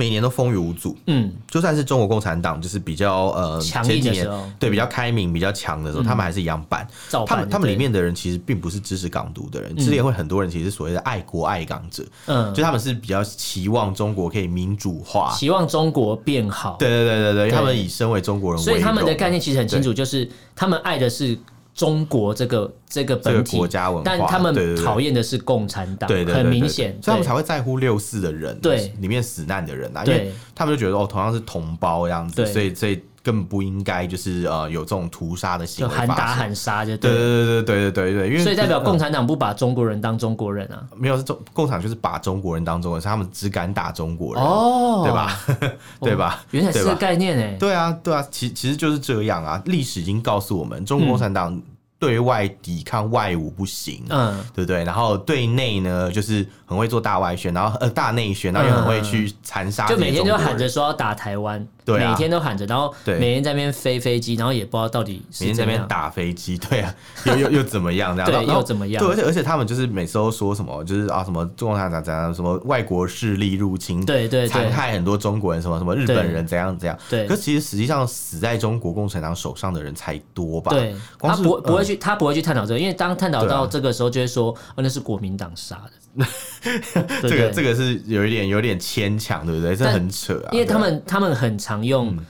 [SPEAKER 2] 每年都风雨无阻，
[SPEAKER 1] 嗯，
[SPEAKER 2] 就算是中国共产党就是比较呃
[SPEAKER 1] 强
[SPEAKER 2] 前
[SPEAKER 1] 硬
[SPEAKER 2] 几
[SPEAKER 1] 的
[SPEAKER 2] 年
[SPEAKER 1] 时候
[SPEAKER 2] 对比较开明、比较强的时候，他们还是一样办。
[SPEAKER 1] 照
[SPEAKER 2] 他
[SPEAKER 1] 办
[SPEAKER 2] 们
[SPEAKER 1] 的
[SPEAKER 2] 他们里
[SPEAKER 1] 对
[SPEAKER 2] 面的人其实并不是支持港独的人，支联会很多人其实是所谓的爱国爱港者，
[SPEAKER 1] 嗯
[SPEAKER 2] 就，他们是比较期望中国可以民主化。
[SPEAKER 1] 希望中国变好，
[SPEAKER 2] 对对对对对，因
[SPEAKER 1] 对
[SPEAKER 2] 为他们以身为中国人为
[SPEAKER 1] 所以他们的
[SPEAKER 2] 荣
[SPEAKER 1] 概念其实很清楚，就是他们爱的是中国这个这个
[SPEAKER 2] 这
[SPEAKER 1] 本
[SPEAKER 2] 个
[SPEAKER 1] 体
[SPEAKER 2] 国家文化，
[SPEAKER 1] 但他
[SPEAKER 2] 对
[SPEAKER 1] 们
[SPEAKER 2] 对对
[SPEAKER 1] 讨厌的是共产党，
[SPEAKER 2] 对对对
[SPEAKER 1] 很
[SPEAKER 2] 对对
[SPEAKER 1] 明
[SPEAKER 2] 对
[SPEAKER 1] 显，
[SPEAKER 2] 所以他们
[SPEAKER 1] 对
[SPEAKER 2] 才会在乎六四的人，
[SPEAKER 1] 对
[SPEAKER 2] 里面死难的人啊，因
[SPEAKER 1] 对
[SPEAKER 2] 为他们就觉得哦，同样是同胞这样子，
[SPEAKER 1] 对
[SPEAKER 2] 所以所以根本不应该就是呃有这种屠杀的行
[SPEAKER 1] 就
[SPEAKER 2] 为
[SPEAKER 1] 喊
[SPEAKER 2] 发
[SPEAKER 1] 打
[SPEAKER 2] 生
[SPEAKER 1] 喊杀，就
[SPEAKER 2] 对
[SPEAKER 1] 了
[SPEAKER 2] 对对对对对对，因为
[SPEAKER 1] 所以代表
[SPEAKER 2] 嗯
[SPEAKER 1] 共产党不把中国人当中国人啊，
[SPEAKER 2] 没有是中共产就是把中国人当中国人，是他们只敢打中国人，
[SPEAKER 1] 哦
[SPEAKER 2] 对？吧？ (laughs) 对吧？
[SPEAKER 1] 原来是
[SPEAKER 2] 对
[SPEAKER 1] 这个
[SPEAKER 2] 吧？
[SPEAKER 1] 概念哎，
[SPEAKER 2] 对啊，对啊，其其实就是这样啊。历史已经告诉我们，中国共产党对外抵抗外侮不行。
[SPEAKER 1] 嗯，
[SPEAKER 2] 对不对？然后对内呢，就是很会做大外宣，然后呃大内宣，然后也很会去残杀这
[SPEAKER 1] 嗯就
[SPEAKER 2] 些中
[SPEAKER 1] 每
[SPEAKER 2] 国人，
[SPEAKER 1] 天都喊着说要打台湾，
[SPEAKER 2] 对啊
[SPEAKER 1] 每天都喊着，然后
[SPEAKER 2] 对
[SPEAKER 1] 每天在那边飞飞机，然后也不知道到底
[SPEAKER 2] 每
[SPEAKER 1] 是
[SPEAKER 2] 天在
[SPEAKER 1] 怎么
[SPEAKER 2] 那边
[SPEAKER 1] 样。
[SPEAKER 2] 打飞机，对啊，又又又怎么
[SPEAKER 1] (laughs)
[SPEAKER 2] 样？这样
[SPEAKER 1] 对
[SPEAKER 2] 然后
[SPEAKER 1] 又怎么样
[SPEAKER 2] 对，而且而且他们就是每次都说什么，就是啊什么中共产党怎样，什么外国势力入侵，
[SPEAKER 1] 对对对
[SPEAKER 2] 残害很多中国人，什么什么日本人怎样怎样。
[SPEAKER 1] 对
[SPEAKER 2] 可其实实际上死在中国共产党手上的人才多吧？
[SPEAKER 1] 对，
[SPEAKER 2] 光
[SPEAKER 1] 他
[SPEAKER 2] 是
[SPEAKER 1] 不不会
[SPEAKER 2] 嗯
[SPEAKER 1] 去，他不会去探讨这个，因为当探讨
[SPEAKER 2] 对啊
[SPEAKER 1] 到这个时候，就会说，哦，那是国民党杀
[SPEAKER 2] (laughs)
[SPEAKER 1] 的，对
[SPEAKER 2] 这
[SPEAKER 1] 不
[SPEAKER 2] 个
[SPEAKER 1] 对？
[SPEAKER 2] 这个是有一点有点牵强，对不对？这
[SPEAKER 1] 但
[SPEAKER 2] 很扯啊，
[SPEAKER 1] 因为他
[SPEAKER 2] 对啊
[SPEAKER 1] 们他们很常用
[SPEAKER 2] 嗯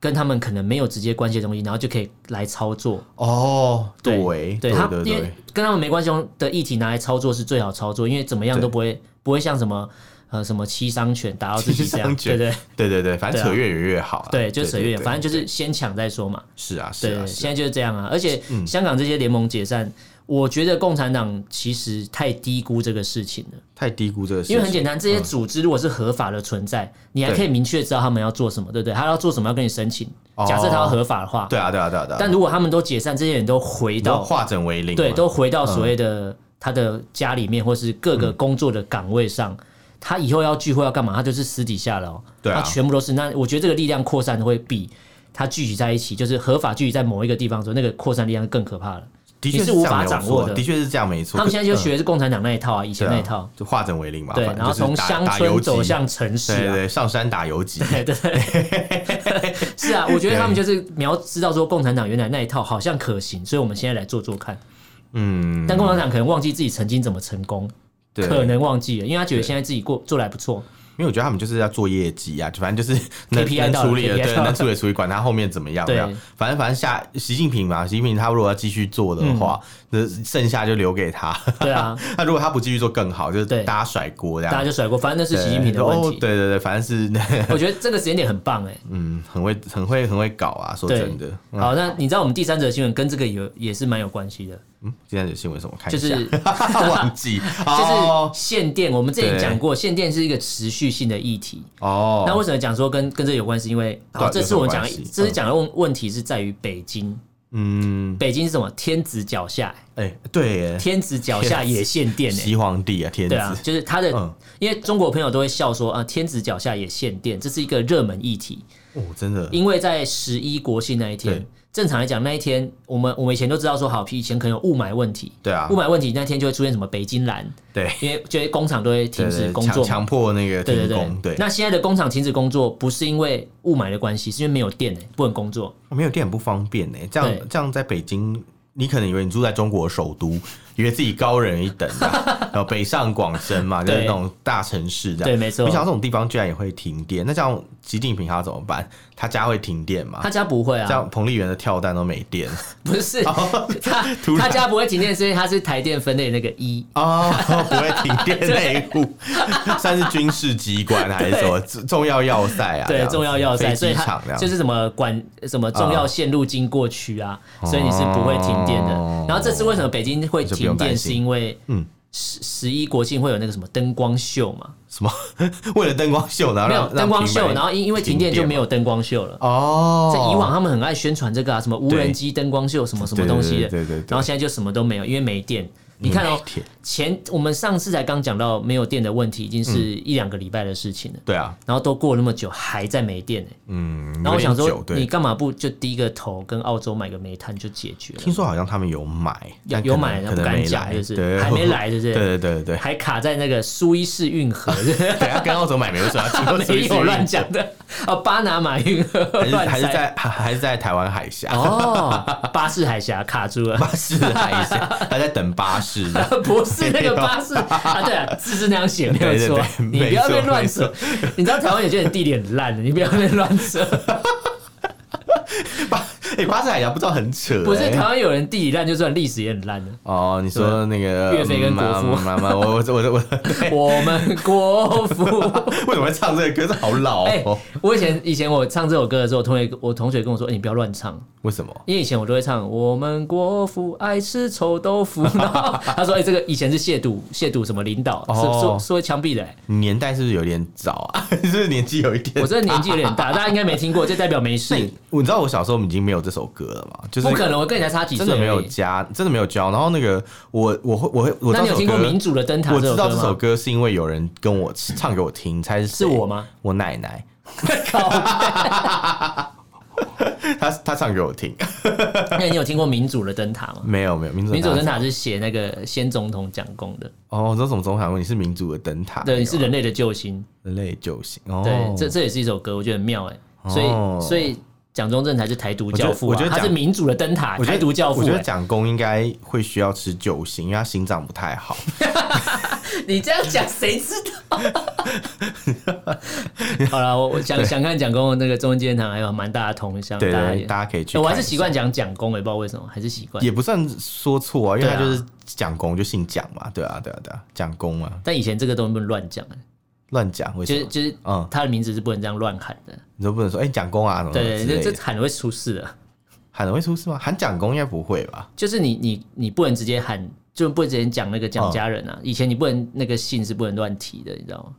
[SPEAKER 1] 跟他们可能没有直接关系的东西，然后就可以来操作。
[SPEAKER 2] 哦，对
[SPEAKER 1] 对
[SPEAKER 2] 对
[SPEAKER 1] 他
[SPEAKER 2] 对
[SPEAKER 1] 因为
[SPEAKER 2] 对，
[SPEAKER 1] 跟他们没关系的议题拿来操作是最好操作，因为怎么样
[SPEAKER 2] 对
[SPEAKER 1] 都不会不会像什么呃什么七伤拳打到自己这样，
[SPEAKER 2] 七伤
[SPEAKER 1] 对
[SPEAKER 2] 拳
[SPEAKER 1] 对
[SPEAKER 2] 对对对，反正
[SPEAKER 1] 对啊
[SPEAKER 2] 扯越远越好啊，
[SPEAKER 1] 对，就扯越远，
[SPEAKER 2] 对
[SPEAKER 1] 反正就是先抢再说嘛。
[SPEAKER 2] 是啊是
[SPEAKER 1] 对，
[SPEAKER 2] 啊嗯是
[SPEAKER 1] 现
[SPEAKER 2] 啊，
[SPEAKER 1] 在就是这样啊。而且香港这些联盟解散，我觉得共产党其实太低估这个事情了。
[SPEAKER 2] 太低估这个事情，
[SPEAKER 1] 因为很简单，这
[SPEAKER 2] 嗯
[SPEAKER 1] 些组织如果是合法的存在，你还可以明确知道他们要做什么，对不对？他要做什么要跟你申请。
[SPEAKER 2] 哦
[SPEAKER 1] 假设他要合法的话，
[SPEAKER 2] 对啊对啊对啊对啊，
[SPEAKER 1] 但如果他们都解散，这些人都回
[SPEAKER 2] 你都
[SPEAKER 1] 到
[SPEAKER 2] 化整为零嘛，
[SPEAKER 1] 对，都回到所谓的他的家里面，或是各个工作的岗位上。他以后要聚会要干嘛？他就是私底下了、哦，
[SPEAKER 2] 对啊
[SPEAKER 1] 他全部都是。那我觉得这个力量扩散会比他聚集在一起，就是合法聚集在某一个地方的时候，那个扩散力量更可怕了。
[SPEAKER 2] 的
[SPEAKER 1] 你
[SPEAKER 2] 确
[SPEAKER 1] 是
[SPEAKER 2] 这
[SPEAKER 1] 无
[SPEAKER 2] 样
[SPEAKER 1] 法
[SPEAKER 2] 没有
[SPEAKER 1] 掌
[SPEAKER 2] 错
[SPEAKER 1] 握的
[SPEAKER 2] 的确是这样没错。
[SPEAKER 1] 他们现在就
[SPEAKER 2] 嗯
[SPEAKER 1] 学的是共产党那一套啊，以前
[SPEAKER 2] 对啊
[SPEAKER 1] 那一套。
[SPEAKER 2] 就化整为零嘛，
[SPEAKER 1] 对，
[SPEAKER 2] 反
[SPEAKER 1] 然
[SPEAKER 2] 正
[SPEAKER 1] 后
[SPEAKER 2] 啊就是
[SPEAKER 1] 从
[SPEAKER 2] 打
[SPEAKER 1] 乡
[SPEAKER 2] 打游
[SPEAKER 1] 村
[SPEAKER 2] 击
[SPEAKER 1] 走向城市
[SPEAKER 2] 对对
[SPEAKER 1] 啊，
[SPEAKER 2] 对，上山打游击，
[SPEAKER 1] 对对， (laughs) 是啊，我觉得他们就是瞄知道说共产党原来那一套好像可行，所以我们现在来做做看。
[SPEAKER 2] 嗯，
[SPEAKER 1] 但共产党可能忘记自己曾经怎么成功，
[SPEAKER 2] 对
[SPEAKER 1] 可能忘记了，因为他觉得现在自己过做的还不错。
[SPEAKER 2] 因为我觉得他们就是要做业绩啊，就 (laughs) 反正就是能
[SPEAKER 1] KPI
[SPEAKER 2] 能
[SPEAKER 1] 到了
[SPEAKER 2] 处理的，
[SPEAKER 1] KPI
[SPEAKER 2] 对，
[SPEAKER 1] 到了
[SPEAKER 2] 能处理的处理，管他后面怎么样。
[SPEAKER 1] 对
[SPEAKER 2] 这样反正反正下习近平嘛，习近平他如果要继续做的话，
[SPEAKER 1] 嗯
[SPEAKER 2] 那剩下就留给他。 (laughs)
[SPEAKER 1] 对啊，
[SPEAKER 2] 那如果他不继续做更好，就是
[SPEAKER 1] 对
[SPEAKER 2] 大家甩锅这
[SPEAKER 1] 大家
[SPEAKER 2] 样。
[SPEAKER 1] 就甩锅，反正那是
[SPEAKER 2] 对
[SPEAKER 1] 习近平的问
[SPEAKER 2] 哦
[SPEAKER 1] 题。
[SPEAKER 2] 对对对，反正是 (laughs)
[SPEAKER 1] 我觉得这个时间点很棒哎、
[SPEAKER 2] 嗯，很会很会很会搞啊，说
[SPEAKER 1] 对
[SPEAKER 2] 真的。嗯
[SPEAKER 1] 好，那你知道我们第三则新闻跟这个有也是蛮有关系的，
[SPEAKER 2] 嗯，今天的新闻什么看
[SPEAKER 1] 就
[SPEAKER 2] 一下？
[SPEAKER 1] 是
[SPEAKER 2] (laughs) 忘记
[SPEAKER 1] (laughs) 就是
[SPEAKER 2] 哦
[SPEAKER 1] 限电。我们之前
[SPEAKER 2] 对
[SPEAKER 1] 讲过，限电是一个持续性的议题。
[SPEAKER 2] 哦，
[SPEAKER 1] 那为什么讲说跟跟这有关系？因为
[SPEAKER 2] 对
[SPEAKER 1] 好，
[SPEAKER 2] 啊
[SPEAKER 1] 这次我们讲
[SPEAKER 2] 有什么关系
[SPEAKER 1] 这次讲的问问题是在于北京，
[SPEAKER 2] 嗯，
[SPEAKER 1] 北京是什么？天子脚
[SPEAKER 2] (laughs)
[SPEAKER 1] 下，
[SPEAKER 2] 哎，对耶，
[SPEAKER 1] 天子脚下也限电呢、
[SPEAKER 2] 西皇帝啊，天
[SPEAKER 1] 对啊
[SPEAKER 2] 子，，
[SPEAKER 1] 就是他的，
[SPEAKER 2] 嗯
[SPEAKER 1] 因为中国朋友都会笑说啊，天子脚下也限电，这是一个热门议题。
[SPEAKER 2] 哦，真的，
[SPEAKER 1] 因为在十一国庆那一天
[SPEAKER 2] 对，
[SPEAKER 1] 正常来讲那一天，我们我们以前都知道说，好，以前可能有雾霾问题，
[SPEAKER 2] 对啊
[SPEAKER 1] 雾霾问题那天就会出现什么北京蓝，
[SPEAKER 2] 对。
[SPEAKER 1] 因为就会工厂都会停
[SPEAKER 2] 对
[SPEAKER 1] 止
[SPEAKER 2] 对
[SPEAKER 1] 工
[SPEAKER 2] 强
[SPEAKER 1] 作嘛，
[SPEAKER 2] 强迫那个
[SPEAKER 1] 对对
[SPEAKER 2] 停工，
[SPEAKER 1] 对
[SPEAKER 2] 对，，
[SPEAKER 1] 那现在的工厂停止工作，不是因为雾霾的关系，是因为没有电、欸、不能工作。
[SPEAKER 2] 没有电很不方便呢。这
[SPEAKER 1] 对
[SPEAKER 2] 样这样在北京，你可能以为你住在中国首都，以为自己高人一等啊，
[SPEAKER 1] (laughs)
[SPEAKER 2] 然后北上广深嘛，就是
[SPEAKER 1] 对
[SPEAKER 2] 那种大城市这样。
[SPEAKER 1] 对没错
[SPEAKER 2] 没想到这种地方居然也会停电，那这样习近平他怎么办？他家会停电吗
[SPEAKER 1] 他？家不会
[SPEAKER 2] 这
[SPEAKER 1] 啊，
[SPEAKER 2] 样彭丽媛的跳蛋都没电
[SPEAKER 1] 不是 (laughs) 他
[SPEAKER 2] 哦 (laughs) 突然
[SPEAKER 1] 他家不会停电，所以他是台电分类那个一。
[SPEAKER 2] 哦， (laughs) 不会停电内
[SPEAKER 1] (laughs)
[SPEAKER 2] 部，算是军事机关还是什么重要要塞啊？这
[SPEAKER 1] 对，
[SPEAKER 2] 样子
[SPEAKER 1] 重要要塞，
[SPEAKER 2] 飞
[SPEAKER 1] 所以
[SPEAKER 2] 机
[SPEAKER 1] 它
[SPEAKER 2] 场这样
[SPEAKER 1] 就是什么管什么重要线路经过区啊，所以你是不会停电的
[SPEAKER 2] 哦。
[SPEAKER 1] 然后这次为什么北京会
[SPEAKER 2] 就不用
[SPEAKER 1] 停
[SPEAKER 2] 担
[SPEAKER 1] 电，
[SPEAKER 2] 心
[SPEAKER 1] 是因为
[SPEAKER 2] 嗯
[SPEAKER 1] 十十一国庆会有那个什么灯光秀嘛？
[SPEAKER 2] 什么？ (laughs) 为了灯光秀，然后
[SPEAKER 1] 没有
[SPEAKER 2] 哦让
[SPEAKER 1] 灯光
[SPEAKER 2] 让
[SPEAKER 1] 秀，
[SPEAKER 2] 平板
[SPEAKER 1] 然后因因为停电就没
[SPEAKER 2] 停
[SPEAKER 1] 有灯光秀了。
[SPEAKER 2] 哦，
[SPEAKER 1] 在以往他们很爱宣传这个啊，什么无人
[SPEAKER 2] 对
[SPEAKER 1] 机灯光秀什么什么
[SPEAKER 2] 对对
[SPEAKER 1] 东西的，
[SPEAKER 2] 对对对对对嗯
[SPEAKER 1] 然后现在就什么都没有，因为没电。你看哦
[SPEAKER 2] 没电，
[SPEAKER 1] 前我们上次才刚讲到没有电的问题，已经是一两个礼拜的事情了，
[SPEAKER 2] 对啊，
[SPEAKER 1] 然后都过了那么久还在没电呢、
[SPEAKER 2] 嗯，
[SPEAKER 1] 然后我想
[SPEAKER 2] 有
[SPEAKER 1] 说
[SPEAKER 2] 点久，
[SPEAKER 1] 你
[SPEAKER 2] 对，
[SPEAKER 1] 干嘛不就低个头跟澳洲买个煤炭就解决了？
[SPEAKER 2] 听说好像他们有买，
[SPEAKER 1] 有
[SPEAKER 2] 但
[SPEAKER 1] 有
[SPEAKER 2] 可能
[SPEAKER 1] 买，然
[SPEAKER 2] 可
[SPEAKER 1] 后不
[SPEAKER 2] 能
[SPEAKER 1] 敢
[SPEAKER 2] 没来，
[SPEAKER 1] 讲，就是
[SPEAKER 2] 对
[SPEAKER 1] 还没来，对不
[SPEAKER 2] 对
[SPEAKER 1] 对？
[SPEAKER 2] (laughs) 对
[SPEAKER 1] (laughs)
[SPEAKER 2] 对对
[SPEAKER 1] 还卡在那个苏伊士运
[SPEAKER 2] (laughs)
[SPEAKER 1] 河，对不对
[SPEAKER 2] 对，等下跟澳洲买没有什么要经过
[SPEAKER 1] 没
[SPEAKER 2] 随时
[SPEAKER 1] 有
[SPEAKER 2] 运
[SPEAKER 1] 乱讲的啊，巴拿马运河
[SPEAKER 2] 还是
[SPEAKER 1] 乱
[SPEAKER 2] 还是
[SPEAKER 1] 猜
[SPEAKER 2] 在 (laughs) 还还是在台湾海峡，
[SPEAKER 1] 哦，巴士海峡卡住了。
[SPEAKER 2] (laughs) 巴士
[SPEAKER 1] (laughs)
[SPEAKER 2] 海峡，还在等巴士呢。
[SPEAKER 1] 不是那个巴士啊，对啊，字是那样写，没有错
[SPEAKER 2] 对对。对
[SPEAKER 1] 你不要被乱扯
[SPEAKER 2] 没，
[SPEAKER 1] 你知道台湾有些人地理很烂的，你不
[SPEAKER 2] (laughs)
[SPEAKER 1] 要被乱扯。
[SPEAKER 2] 巴 (laughs) 哎，巴士海峡不知道很扯，
[SPEAKER 1] 不是
[SPEAKER 2] 哎
[SPEAKER 1] 台湾有人地理烂，就算历史也很烂的。
[SPEAKER 2] 哦，你说那个嗯
[SPEAKER 1] 岳飞跟国父
[SPEAKER 2] 妈妈妈，我我我 (laughs) 我，对
[SPEAKER 1] 我们国
[SPEAKER 2] (laughs)
[SPEAKER 1] 服。
[SPEAKER 2] 为什么会唱这个歌？这好老
[SPEAKER 1] 哎
[SPEAKER 2] 哦，，
[SPEAKER 1] 我以前以前我唱这首歌的时候，我同学我同学跟我说，哎，你不要乱唱，
[SPEAKER 2] 为什么？
[SPEAKER 1] 因为以前我都会唱我们国服爱吃臭豆
[SPEAKER 2] (laughs)
[SPEAKER 1] 腐。然后他说，哎，这个以前是亵渎亵渎什么领导，是
[SPEAKER 2] 哦
[SPEAKER 1] 说说枪毙
[SPEAKER 2] (laughs)
[SPEAKER 1] 的。哎
[SPEAKER 2] 你年代是不是有点早啊？ (laughs) 是不是年纪有一点
[SPEAKER 1] 我？这个年纪有点大，大家应该没听过，这代表没
[SPEAKER 2] (laughs)
[SPEAKER 1] 事。
[SPEAKER 2] 我知道我小时候已经没有这首歌了嘛，就是
[SPEAKER 1] 不可能，我跟你才差几岁，
[SPEAKER 2] 真的没有。加，真的没有教。然后那个我我会我会我
[SPEAKER 1] 那
[SPEAKER 2] 知道
[SPEAKER 1] 你有
[SPEAKER 2] 这首
[SPEAKER 1] 听过《民
[SPEAKER 2] 歌，
[SPEAKER 1] 主的灯塔》
[SPEAKER 2] 我
[SPEAKER 1] 这首
[SPEAKER 2] 知道
[SPEAKER 1] 歌
[SPEAKER 2] 这首
[SPEAKER 1] 吗？
[SPEAKER 2] 歌是因为有人跟我唱给我听，猜是谁
[SPEAKER 1] 是我吗？
[SPEAKER 2] 我奶奶，
[SPEAKER 1] (laughs) 靠
[SPEAKER 2] (laughs) 她她唱给我听，
[SPEAKER 1] (laughs) 那你有听过《民主的灯塔》吗？
[SPEAKER 2] 没有没有民主
[SPEAKER 1] 《民主的灯
[SPEAKER 2] 塔
[SPEAKER 1] 塔》是写那个先总统蒋公的，
[SPEAKER 2] 哦，我知道什么总想问你是民主的灯塔，
[SPEAKER 1] 对，你是
[SPEAKER 2] 哎呦
[SPEAKER 1] 人类的救星。
[SPEAKER 2] 人类救星哦，
[SPEAKER 1] 对，这这也是一首歌，我觉得很妙哎。所
[SPEAKER 2] 哦
[SPEAKER 1] 以所以蒋中正才是台独教父、啊，
[SPEAKER 2] 我觉得我觉得
[SPEAKER 1] 他
[SPEAKER 2] 蒋
[SPEAKER 1] 是民主的灯塔，
[SPEAKER 2] 我觉
[SPEAKER 1] 台
[SPEAKER 2] 得
[SPEAKER 1] 独教父、
[SPEAKER 2] 我觉得
[SPEAKER 1] 欸。
[SPEAKER 2] 蒋公应该会需要吃救星，因为他心脏不太好。
[SPEAKER 1] 你这样讲，谁知道？ (laughs) 好了，我我想想看蒋公的那个中文纪念堂，还有蛮大的铜像，
[SPEAKER 2] 对
[SPEAKER 1] 大家
[SPEAKER 2] 对，
[SPEAKER 1] 也
[SPEAKER 2] 大家可以去
[SPEAKER 1] 欸
[SPEAKER 2] 看一
[SPEAKER 1] 我
[SPEAKER 2] 下。
[SPEAKER 1] 还是习惯讲蒋公，也不知道为什么，还是习惯。
[SPEAKER 2] 也不算说错啊，因为
[SPEAKER 1] 对
[SPEAKER 2] 他
[SPEAKER 1] 啊
[SPEAKER 2] 就是蒋公，就姓蒋嘛，对啊，对啊，对啊，蒋公啊，
[SPEAKER 1] 但以前这个东西不能乱讲，欸
[SPEAKER 2] 乱讲，为
[SPEAKER 1] 就
[SPEAKER 2] 什
[SPEAKER 1] 是
[SPEAKER 2] 么？
[SPEAKER 1] 就是
[SPEAKER 2] 嗯，
[SPEAKER 1] 他的名字是不能这样乱喊的。
[SPEAKER 2] 你都不能说哎蒋公啊什么什么
[SPEAKER 1] 对
[SPEAKER 2] 之
[SPEAKER 1] 对，
[SPEAKER 2] 类
[SPEAKER 1] 这
[SPEAKER 2] 的
[SPEAKER 1] 这，喊了会出事的。
[SPEAKER 2] 喊了会出事吗？喊蒋公应该不会吧？
[SPEAKER 1] 就是你你你不能直接喊，就不能直接讲那个蒋家人
[SPEAKER 2] 哦
[SPEAKER 1] 啊。以前你不能那个姓是不能乱提的，你知道吗？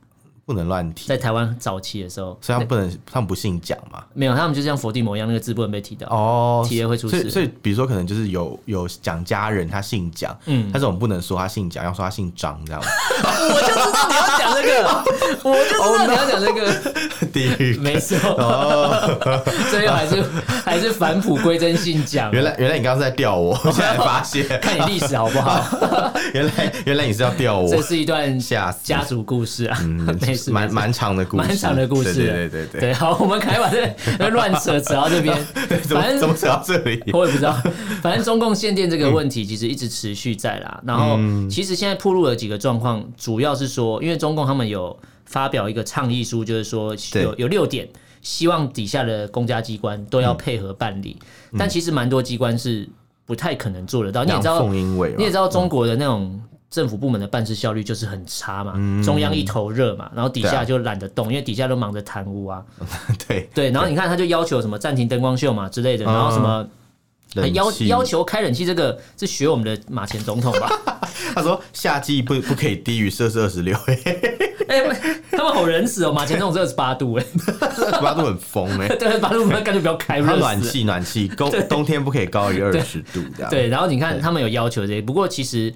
[SPEAKER 2] 不能乱提
[SPEAKER 1] 在，台湾早期的时候，
[SPEAKER 2] 所以他们不能，他们不姓蒋嘛。
[SPEAKER 1] 没有他们就像佛地魔一样，那个字不能被提到。
[SPEAKER 2] 哦，
[SPEAKER 1] 提了会出
[SPEAKER 2] 所以
[SPEAKER 1] 事
[SPEAKER 2] 所以比如说可能就是有有蒋家人他姓蒋，嗯，但是我们不能说他姓蒋，要说他姓张
[SPEAKER 1] (laughs)
[SPEAKER 2] 这样。
[SPEAKER 1] 我就知道你要讲这个，我就
[SPEAKER 2] (laughs)
[SPEAKER 1] 知
[SPEAKER 2] Oh
[SPEAKER 1] 道你要讲这个，
[SPEAKER 2] 地狱
[SPEAKER 1] 没错。 (laughs) 最后还是还是返璞归真，姓蒋。
[SPEAKER 2] 哦原来原来你刚刚是在吊
[SPEAKER 1] (laughs)
[SPEAKER 2] 我，我现在发现，
[SPEAKER 1] 看你历史好不好？
[SPEAKER 2] 哦原来原来你是要吊
[SPEAKER 1] (laughs)
[SPEAKER 2] 我
[SPEAKER 1] 这，是一段
[SPEAKER 2] 吓死嗯
[SPEAKER 1] 家族故事啊， (laughs) 没事，
[SPEAKER 2] 蛮
[SPEAKER 1] 没事
[SPEAKER 2] 蛮长的故事，
[SPEAKER 1] 蛮长的故事，啊
[SPEAKER 2] 对对对对
[SPEAKER 1] 对。好，我们开把
[SPEAKER 2] (laughs)
[SPEAKER 1] 这乱扯扯到这边，
[SPEAKER 2] 对，怎么
[SPEAKER 1] 反
[SPEAKER 2] 怎么
[SPEAKER 1] 正
[SPEAKER 2] 扯到这里？
[SPEAKER 1] (laughs) 我也不知道，反正中共限电这个问题其实一直
[SPEAKER 2] 嗯
[SPEAKER 1] 持续在啦。然后其实现在铺路了几个状况，主要是说，因为中共他们有发表一个倡议书，就是说
[SPEAKER 2] 对
[SPEAKER 1] 有有六点。希望底下的公家机关都要配合办理，
[SPEAKER 2] 嗯
[SPEAKER 1] 但其实蛮多机关是不太可能做得到。你也知道，
[SPEAKER 2] 凤英伟嘛，
[SPEAKER 1] 你也知道中国的那种政府部门的办事效率就是很差嘛，中央一头热嘛，然后底
[SPEAKER 2] 嗯对
[SPEAKER 1] 下
[SPEAKER 2] 啊
[SPEAKER 1] 就懒得动，因为底下都忙着贪污啊。
[SPEAKER 2] (laughs) 对，
[SPEAKER 1] 对，然后你看他就要求什么暂停灯光秀嘛之类的，然后什么。还
[SPEAKER 2] 冷
[SPEAKER 1] 要
[SPEAKER 2] 啊气
[SPEAKER 1] 要求开冷气，这个是学我们的马前总统吧？
[SPEAKER 2] 他说夏季不不可以低于摄氏二十六，
[SPEAKER 1] 哎、他们好仁慈哦，马前总统是二十八度哎、
[SPEAKER 2] 二十八度很疯哎。
[SPEAKER 1] (laughs) 对，二十八度那干脆不要开，
[SPEAKER 2] 他
[SPEAKER 1] (laughs) 热
[SPEAKER 2] 暖
[SPEAKER 1] 死了。
[SPEAKER 2] 气暖气，冬冬天不可以高于二十度这样。
[SPEAKER 1] 对，然后你看他们有要求这些，不过其实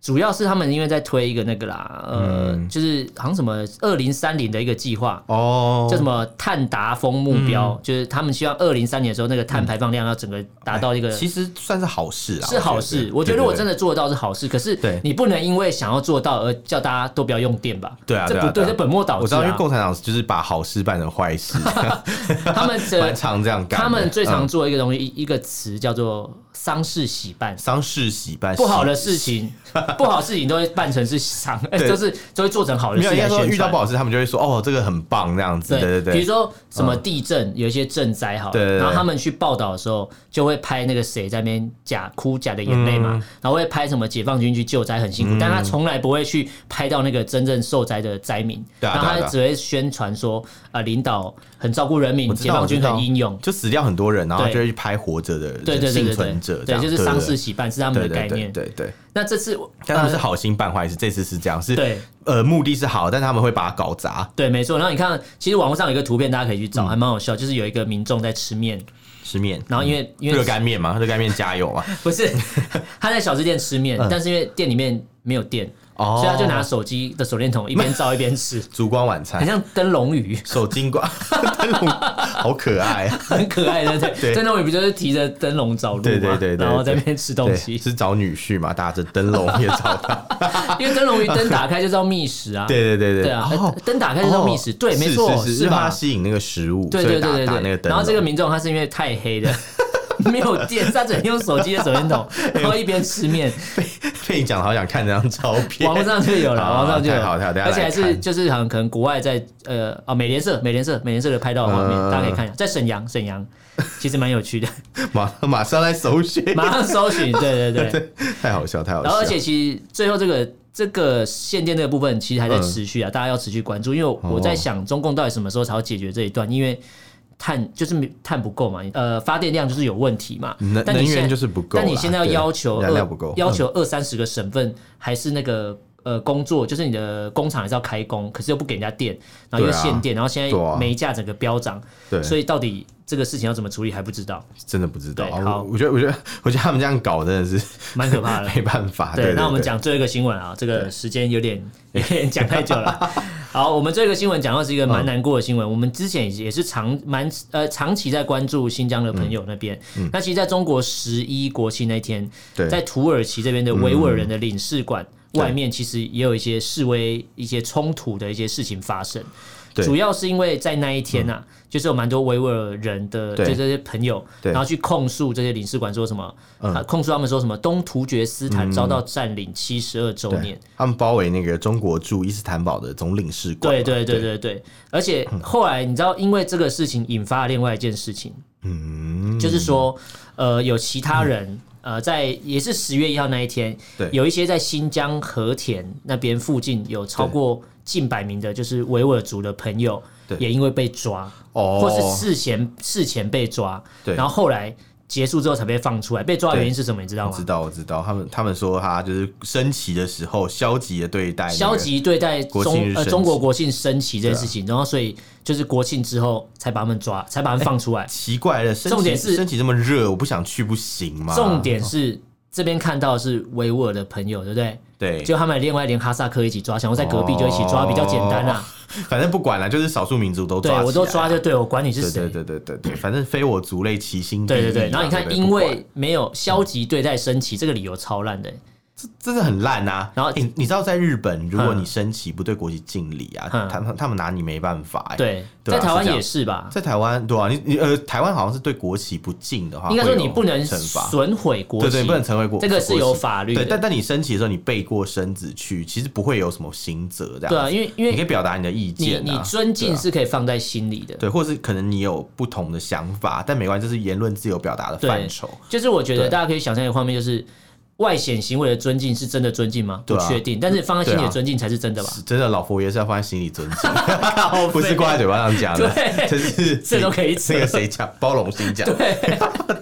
[SPEAKER 1] 主要是他们因为在推一个那个啦，呃，就是好像什么二零三零的一个计划，
[SPEAKER 2] 哦，
[SPEAKER 1] 叫什么碳达峰目标，就是他们希望二零三年的时候那个碳排放量要整个达到一个。
[SPEAKER 2] 哎其实算是嗯好事啊，
[SPEAKER 1] 是好事，我觉得如果真的做得到是好事，可是
[SPEAKER 2] 对
[SPEAKER 1] 你不能因为想要做到而叫大家都不要用电吧？
[SPEAKER 2] 对啊
[SPEAKER 1] 这
[SPEAKER 2] 对啊
[SPEAKER 1] 不
[SPEAKER 2] 对啊
[SPEAKER 1] 这本末倒
[SPEAKER 2] 我
[SPEAKER 1] 置
[SPEAKER 2] 知道，因为
[SPEAKER 1] 啊！
[SPEAKER 2] 共产党就是把好事办成坏
[SPEAKER 1] (laughs)
[SPEAKER 2] 事，
[SPEAKER 1] 他们
[SPEAKER 2] 蛮
[SPEAKER 1] 的
[SPEAKER 2] 常这样干的。
[SPEAKER 1] 他们最常
[SPEAKER 2] 嗯
[SPEAKER 1] 做一个东西，一一个词叫做丧事喜办，
[SPEAKER 2] 丧事喜办，
[SPEAKER 1] 不好的
[SPEAKER 2] 喜
[SPEAKER 1] 事情，不好的事情都会办成是丧，哎
[SPEAKER 2] (laughs) 对
[SPEAKER 1] 就是都会做成好的
[SPEAKER 2] 没
[SPEAKER 1] 事
[SPEAKER 2] 有应
[SPEAKER 1] 来
[SPEAKER 2] 该说
[SPEAKER 1] 宣
[SPEAKER 2] 遇到
[SPEAKER 1] 传
[SPEAKER 2] 不。好事，他们就会说哦，这个很棒这样子。对对
[SPEAKER 1] 比如
[SPEAKER 2] 对，
[SPEAKER 1] 说什么地震，有一些震灾好了，
[SPEAKER 2] 对对对
[SPEAKER 1] 然后他们去报道的时候，就会拍那个谁在那边假哭假的眼泪嘛，
[SPEAKER 2] 嗯
[SPEAKER 1] 然后会拍什么解放军去救灾很辛苦，但他从来不会去拍到那个真正受灾的灾民，
[SPEAKER 2] 对啊
[SPEAKER 1] 然后
[SPEAKER 2] 对啊
[SPEAKER 1] 他
[SPEAKER 2] 对啊
[SPEAKER 1] 只会宣传说啊、领导很照顾人民，
[SPEAKER 2] 我知
[SPEAKER 1] 解
[SPEAKER 2] 道
[SPEAKER 1] 放军
[SPEAKER 2] 我知道
[SPEAKER 1] 很英勇。
[SPEAKER 2] 就死掉很多人，然后
[SPEAKER 1] 对
[SPEAKER 2] 就会去拍活着的人
[SPEAKER 1] 对对对
[SPEAKER 2] 幸
[SPEAKER 1] 对
[SPEAKER 2] 存者
[SPEAKER 1] 对，
[SPEAKER 2] 这
[SPEAKER 1] 对
[SPEAKER 2] 样，
[SPEAKER 1] 就是
[SPEAKER 2] 对
[SPEAKER 1] 丧事喜办是他们
[SPEAKER 2] 对
[SPEAKER 1] 的
[SPEAKER 2] 对
[SPEAKER 1] 概
[SPEAKER 2] 对
[SPEAKER 1] 念。
[SPEAKER 2] 对对。
[SPEAKER 1] 那这次
[SPEAKER 2] 但他们
[SPEAKER 1] 呃
[SPEAKER 2] 是好心办坏事，这次是这样，是
[SPEAKER 1] 对
[SPEAKER 2] 呃目的是好，但他们会把它搞砸。
[SPEAKER 1] 对，没错。然后你看，其实网络上有一个图片，大家可以去
[SPEAKER 2] 嗯
[SPEAKER 1] 找，还蛮好笑。就是有一个民众在吃面，
[SPEAKER 2] 吃面，
[SPEAKER 1] 然后因为、因为
[SPEAKER 2] 嗯热干面嘛，热干面加油嘛，
[SPEAKER 1] (laughs) 不是，他在小吃店吃面，但是因为店里面没有电，
[SPEAKER 2] 嗯哦
[SPEAKER 1] 所以他就拿手机的手电筒一边照一边
[SPEAKER 2] (laughs)
[SPEAKER 1] 吃，
[SPEAKER 2] 烛光晚
[SPEAKER 1] 很
[SPEAKER 2] 餐，
[SPEAKER 1] 像灯笼鱼，
[SPEAKER 2] 手巾挂， (laughs) 灯笼好可爱啊！
[SPEAKER 1] 很可爱的。对对，(laughs)
[SPEAKER 2] 对
[SPEAKER 1] 灯笼鱼不就是提着灯笼找路嘛，
[SPEAKER 2] 对对对对对
[SPEAKER 1] 然后在那边吃东
[SPEAKER 2] 对，
[SPEAKER 1] 西，
[SPEAKER 2] 是找女婿嘛，搭着灯笼也找他。
[SPEAKER 1] 因为灯笼鱼灯打开就知道觅食啊。
[SPEAKER 2] 对对
[SPEAKER 1] (laughs)
[SPEAKER 2] 对
[SPEAKER 1] 对啊，
[SPEAKER 2] 哦
[SPEAKER 1] 呃灯打开就知道觅食，对，
[SPEAKER 2] 是
[SPEAKER 1] 没错，
[SPEAKER 2] 是是因为它
[SPEAKER 1] 吧？
[SPEAKER 2] 吸引那个食物，
[SPEAKER 1] 对对
[SPEAKER 2] 所
[SPEAKER 1] 对
[SPEAKER 2] 以打打那
[SPEAKER 1] 对
[SPEAKER 2] 个
[SPEAKER 1] 对。
[SPEAKER 2] 灯笼。
[SPEAKER 1] 然后这个民众他是因为太黑了。 (laughs) 没有电，他只能用手机的手电
[SPEAKER 2] (laughs)
[SPEAKER 1] 筒，然后一边吃面，
[SPEAKER 2] (laughs) 被你讲的好想看那张照片，
[SPEAKER 1] 网络上就有了，
[SPEAKER 2] 好
[SPEAKER 1] 网络上就有，
[SPEAKER 2] 太好太好大家
[SPEAKER 1] 而且还
[SPEAKER 2] 来
[SPEAKER 1] 是
[SPEAKER 2] 看
[SPEAKER 1] 就是好像可能国外在呃哦美联社美联社美联社的拍到的画面，
[SPEAKER 2] 嗯
[SPEAKER 1] 大家可以看一下，在沈阳沈阳，其实蛮有
[SPEAKER 2] (laughs)
[SPEAKER 1] 趣的，
[SPEAKER 2] 马马上来搜寻，
[SPEAKER 1] 马上搜寻，对对对，
[SPEAKER 2] 太好笑太好笑。
[SPEAKER 1] 然后而且其实最后这个这个限电这个部分其实还在持续啊，大家要持续关注，因为我在想中共到底什么时候才要解决这一段，因为。碳就是没碳不够嘛，呃，发电量就是有问题嘛。
[SPEAKER 2] 能
[SPEAKER 1] 但你
[SPEAKER 2] 能
[SPEAKER 1] 现
[SPEAKER 2] 源
[SPEAKER 1] 在
[SPEAKER 2] 就是不够啦，
[SPEAKER 1] 但你现在要
[SPEAKER 2] 对
[SPEAKER 1] 要求
[SPEAKER 2] 燃料
[SPEAKER 1] 二
[SPEAKER 2] 不够，
[SPEAKER 1] 要求二三十个省份还是那个呃工作，就是你的工厂还是要开工，可是又不给人家电，然后又
[SPEAKER 2] 对啊
[SPEAKER 1] 限电，然后现
[SPEAKER 2] 对啊
[SPEAKER 1] 在煤价整个飙涨，
[SPEAKER 2] 对，
[SPEAKER 1] 所以到底这个事情要怎么处理还不知道，
[SPEAKER 2] 真的不知道。
[SPEAKER 1] 对好
[SPEAKER 2] 我我觉得我觉 (laughs) 得我觉得他们这样搞真的是。
[SPEAKER 1] 蛮可怕的
[SPEAKER 2] 没办法。对，
[SPEAKER 1] 对，
[SPEAKER 2] 对
[SPEAKER 1] 那我们
[SPEAKER 2] 对
[SPEAKER 1] 讲最后一个新闻啊，这个时间有点有点讲太久 (laughs) 了。好，我们最后一个新闻讲到是一个蛮难过的新闻。我们之前也是长蛮呃长期在关注新疆的朋友那边。那其实在中国十一国庆那天，
[SPEAKER 2] 对
[SPEAKER 1] 在土耳其这边的维吾尔人的领事馆。
[SPEAKER 2] 对
[SPEAKER 1] 外面其实也有一些示威、一些冲突的一些事情发生，
[SPEAKER 2] 对嗯
[SPEAKER 1] 主要是因为在那一天啊，就是有蛮多维吾尔人的就
[SPEAKER 2] 对
[SPEAKER 1] 这些朋友，
[SPEAKER 2] 对嗯
[SPEAKER 1] 然后去控诉这些领事馆说什么，啊控诉他们说什么东突厥斯坦遭到占领七十二周年
[SPEAKER 2] 对。，他们包围那个中国驻伊斯坦堡的总领事馆
[SPEAKER 1] 对
[SPEAKER 2] 嘛。
[SPEAKER 1] 对对对对，而且
[SPEAKER 2] 嗯
[SPEAKER 1] 后来你知道，因为这个事情引发了另外一件事情，
[SPEAKER 2] 嗯，
[SPEAKER 1] 就是说，呃，有其他人，呃，在也是十月一号那一天，
[SPEAKER 2] 对
[SPEAKER 1] 有一些在新疆和田那边附近有超过近百名的，就是维吾尔族的朋友
[SPEAKER 2] 对，
[SPEAKER 1] 也因为被抓，
[SPEAKER 2] 哦，
[SPEAKER 1] 或是事前事前被抓，
[SPEAKER 2] 对
[SPEAKER 1] 然后后来结束之后才被放出来。被抓的原因是什么？你知道
[SPEAKER 2] 我知
[SPEAKER 1] 吗？
[SPEAKER 2] 道，我知道，他们他们说他就是升旗的时候消极的对待那个、
[SPEAKER 1] 消极对待
[SPEAKER 2] 国庆
[SPEAKER 1] 中
[SPEAKER 2] 日
[SPEAKER 1] 呃
[SPEAKER 2] 升啊
[SPEAKER 1] 中国
[SPEAKER 2] 旗
[SPEAKER 1] 国庆升旗这件事情，然后所以就是国庆之后才把他们抓，才把他们放出来。
[SPEAKER 2] 奇怪了，升旗
[SPEAKER 1] 重点是
[SPEAKER 2] 升旗这么热，我不想去不行吗？
[SPEAKER 1] 重点是这边看到的是维吾尔的朋友，对不对？
[SPEAKER 2] 对，
[SPEAKER 1] 就他们另外连哈萨克一起抓，想要在隔壁就一起抓，比较简单啊。
[SPEAKER 2] 反正不管了，就是少数民族都
[SPEAKER 1] 对
[SPEAKER 2] 抓，
[SPEAKER 1] 我都抓
[SPEAKER 2] 就
[SPEAKER 1] 就对，我管你是
[SPEAKER 2] 对对
[SPEAKER 1] 谁。
[SPEAKER 2] 对对对对，反正非我族类，其心必
[SPEAKER 1] 对对
[SPEAKER 2] 异嘛
[SPEAKER 1] 对，然后你看，
[SPEAKER 2] 对不对
[SPEAKER 1] 因
[SPEAKER 2] 不管
[SPEAKER 1] 为没有消极对待升旗这个理由超烂的、欸
[SPEAKER 2] 真的很烂啊。
[SPEAKER 1] 然后
[SPEAKER 2] 欸你你知道，在日本，如果
[SPEAKER 1] 嗯
[SPEAKER 2] 你升旗不对国旗敬礼啊，
[SPEAKER 1] 嗯
[SPEAKER 2] 他们他们拿你没办法欸。
[SPEAKER 1] 对，
[SPEAKER 2] 对啊
[SPEAKER 1] 在台湾
[SPEAKER 2] 是这样
[SPEAKER 1] 也是吧？
[SPEAKER 2] 在台湾对啊，你你呃，台湾好像是对国旗不敬的话，
[SPEAKER 1] 应该说你
[SPEAKER 2] 会有
[SPEAKER 1] 不能
[SPEAKER 2] 惩罚，
[SPEAKER 1] 损毁国
[SPEAKER 2] 对
[SPEAKER 1] 旗
[SPEAKER 2] 对，，不能成为国
[SPEAKER 1] 这个是有
[SPEAKER 2] 国旗
[SPEAKER 1] 法律
[SPEAKER 2] 对，但
[SPEAKER 1] 的。
[SPEAKER 2] 但你升旗的时候，你背过身子去，其实不会有什么刑责这样。
[SPEAKER 1] 对啊，，因为因
[SPEAKER 2] 你可
[SPEAKER 1] 为
[SPEAKER 2] 以表达你的意
[SPEAKER 1] 你
[SPEAKER 2] 见
[SPEAKER 1] 你
[SPEAKER 2] 啊。
[SPEAKER 1] 尊敬是可以放在心里的。
[SPEAKER 2] 对，或是可能你有不同的想法，但没关系，这是言论自由表达的
[SPEAKER 1] 对
[SPEAKER 2] 范畴。
[SPEAKER 1] 就是我觉得
[SPEAKER 2] 对
[SPEAKER 1] 大家可以想象一个画面，就是外显行为的尊敬是真的尊敬吗？不
[SPEAKER 2] 对啊
[SPEAKER 1] 确定，但是放在心里
[SPEAKER 2] 对
[SPEAKER 1] 的
[SPEAKER 2] 啊
[SPEAKER 1] 尊敬才是真的吧？
[SPEAKER 2] 真的，老佛爷是要放在心里
[SPEAKER 1] (laughs)
[SPEAKER 2] 尊敬，不是挂在嘴巴上讲的 (laughs)
[SPEAKER 1] 对，
[SPEAKER 2] 这是
[SPEAKER 1] 这都可以扯
[SPEAKER 2] 这个谁讲？包容心
[SPEAKER 1] (laughs)
[SPEAKER 2] 讲，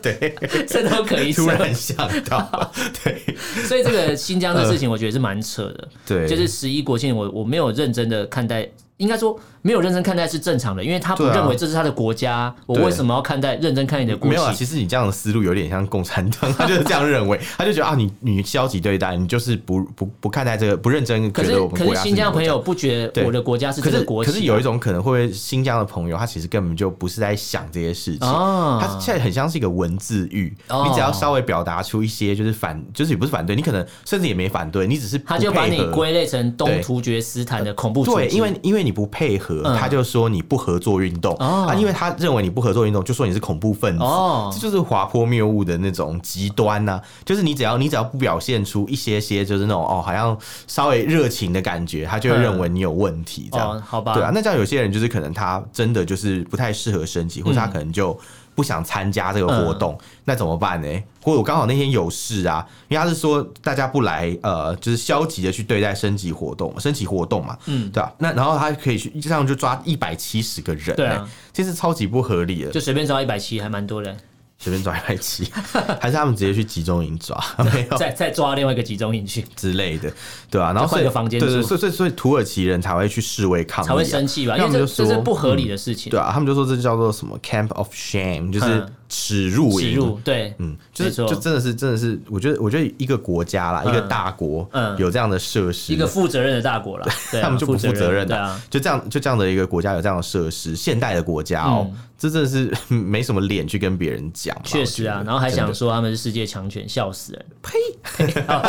[SPEAKER 2] 对，
[SPEAKER 1] 这都可
[SPEAKER 2] (laughs)
[SPEAKER 1] 以
[SPEAKER 2] 突
[SPEAKER 1] 扯
[SPEAKER 2] 然想
[SPEAKER 1] 啊
[SPEAKER 2] 到， (laughs) 对
[SPEAKER 1] 所以这个新疆的事
[SPEAKER 2] (laughs) 呃
[SPEAKER 1] 情，我觉得是蛮扯的。
[SPEAKER 2] 对，
[SPEAKER 1] 就是十一国庆，我我没有认真的看待，应该说没有认真看待是正常的，因为他不
[SPEAKER 2] 对啊
[SPEAKER 1] 认为这是他的国家，我
[SPEAKER 2] 对
[SPEAKER 1] 为什么要看待认真看待你的国
[SPEAKER 2] 没有啊，
[SPEAKER 1] 旗？
[SPEAKER 2] 其实你这样的思路有点像共产党， (laughs) 他就是这样认为，他就觉得啊，你你消极对待，你就是不不不看待这个，不认真
[SPEAKER 1] 可
[SPEAKER 2] 觉
[SPEAKER 1] 是
[SPEAKER 2] 得我们
[SPEAKER 1] 可
[SPEAKER 2] 国
[SPEAKER 1] 是
[SPEAKER 2] 家
[SPEAKER 1] 新疆
[SPEAKER 2] 你
[SPEAKER 1] 朋
[SPEAKER 2] 的
[SPEAKER 1] 友不觉得
[SPEAKER 2] 对
[SPEAKER 1] 我的国家是
[SPEAKER 2] 国
[SPEAKER 1] 这
[SPEAKER 2] 家。可
[SPEAKER 1] 个
[SPEAKER 2] 是
[SPEAKER 1] 国
[SPEAKER 2] 可
[SPEAKER 1] 旗，啊
[SPEAKER 2] 是有一种可能会不会新疆的朋友，他其实根本就不是在想这些事情，
[SPEAKER 1] 啊
[SPEAKER 2] 他现在很像是一个文字狱。
[SPEAKER 1] 哦
[SPEAKER 2] 你只要稍微表达出一些就是反，就是也不是反对，你可能甚至也没反对，你只是不
[SPEAKER 1] 他就把
[SPEAKER 2] 配
[SPEAKER 1] 你
[SPEAKER 2] 合
[SPEAKER 1] 归类成东
[SPEAKER 2] 对呃
[SPEAKER 1] 突厥斯坦的恐怖组织。
[SPEAKER 2] 对，因为因为你不配合，
[SPEAKER 1] 嗯
[SPEAKER 2] 他就说你不合作运动、
[SPEAKER 1] 哦
[SPEAKER 2] 啊，因为他认为你不合作运动，就说你是恐怖分子，
[SPEAKER 1] 哦
[SPEAKER 2] 这就是滑坡谬误的那种极端呐、就是你只要你只要不表现出一些些就是那种哦，好像稍微热情的感觉，他就会
[SPEAKER 1] 嗯
[SPEAKER 2] 认为你有问题这样。
[SPEAKER 1] 哦，好吧，
[SPEAKER 2] 对啊，那这样有些人就是可能他真的就是不太适合升
[SPEAKER 1] 嗯
[SPEAKER 2] 级，或者他可能就不想参加这个活动，那怎么办呢？或者我刚好那天有事啊，因为他是说大家不来，呃，就是消极的去对待升级活动，升级活动嘛，
[SPEAKER 1] 嗯，
[SPEAKER 2] 对啊，那然后他可以去这样就抓一百七十个人、欸，
[SPEAKER 1] 对啊，
[SPEAKER 2] 其实超级不合理的，
[SPEAKER 1] 就随便抓一百七，还蛮多的，
[SPEAKER 2] 随便抓一百七， (laughs) 还是他们直接去集中营
[SPEAKER 1] (laughs)
[SPEAKER 2] 抓，没有
[SPEAKER 1] 再再抓另外一个集中营去，
[SPEAKER 2] 之类的，对啊，然后所
[SPEAKER 1] 换一
[SPEAKER 2] 以
[SPEAKER 1] 个房间
[SPEAKER 2] 对对，
[SPEAKER 1] 住
[SPEAKER 2] 所以所以所以土耳其人才会去示威抗议、啊，
[SPEAKER 1] 才会生气吧？因
[SPEAKER 2] 那
[SPEAKER 1] 为
[SPEAKER 2] 我们
[SPEAKER 1] 这
[SPEAKER 2] 就说
[SPEAKER 1] 这是不合理的事情
[SPEAKER 2] 对，啊，他们就说这叫做什么 camp of shame，就是
[SPEAKER 1] 嗯
[SPEAKER 2] 耻辱
[SPEAKER 1] 植
[SPEAKER 2] 营。
[SPEAKER 1] 入对，
[SPEAKER 2] 嗯，就是
[SPEAKER 1] 没错
[SPEAKER 2] 就真的是真的是，我觉得我觉得一个国家啦，
[SPEAKER 1] 嗯
[SPEAKER 2] 一个大国，
[SPEAKER 1] 嗯
[SPEAKER 2] 有这样的设施，
[SPEAKER 1] 一个负责任的大国
[SPEAKER 2] (laughs)
[SPEAKER 1] 了，对啊
[SPEAKER 2] 他们就不负责任
[SPEAKER 1] 对啊
[SPEAKER 2] 的。，就这样就这样的一个国家有这样的设施，现代的国家哦，这真的是 (laughs) 没什么脸去跟别人讲吧。
[SPEAKER 1] 嗯确实
[SPEAKER 2] 我
[SPEAKER 1] 啊
[SPEAKER 2] 觉，得
[SPEAKER 1] 然后还
[SPEAKER 2] 真
[SPEAKER 1] 想
[SPEAKER 2] 的
[SPEAKER 1] 说他们是世界强权，笑死人！呸！好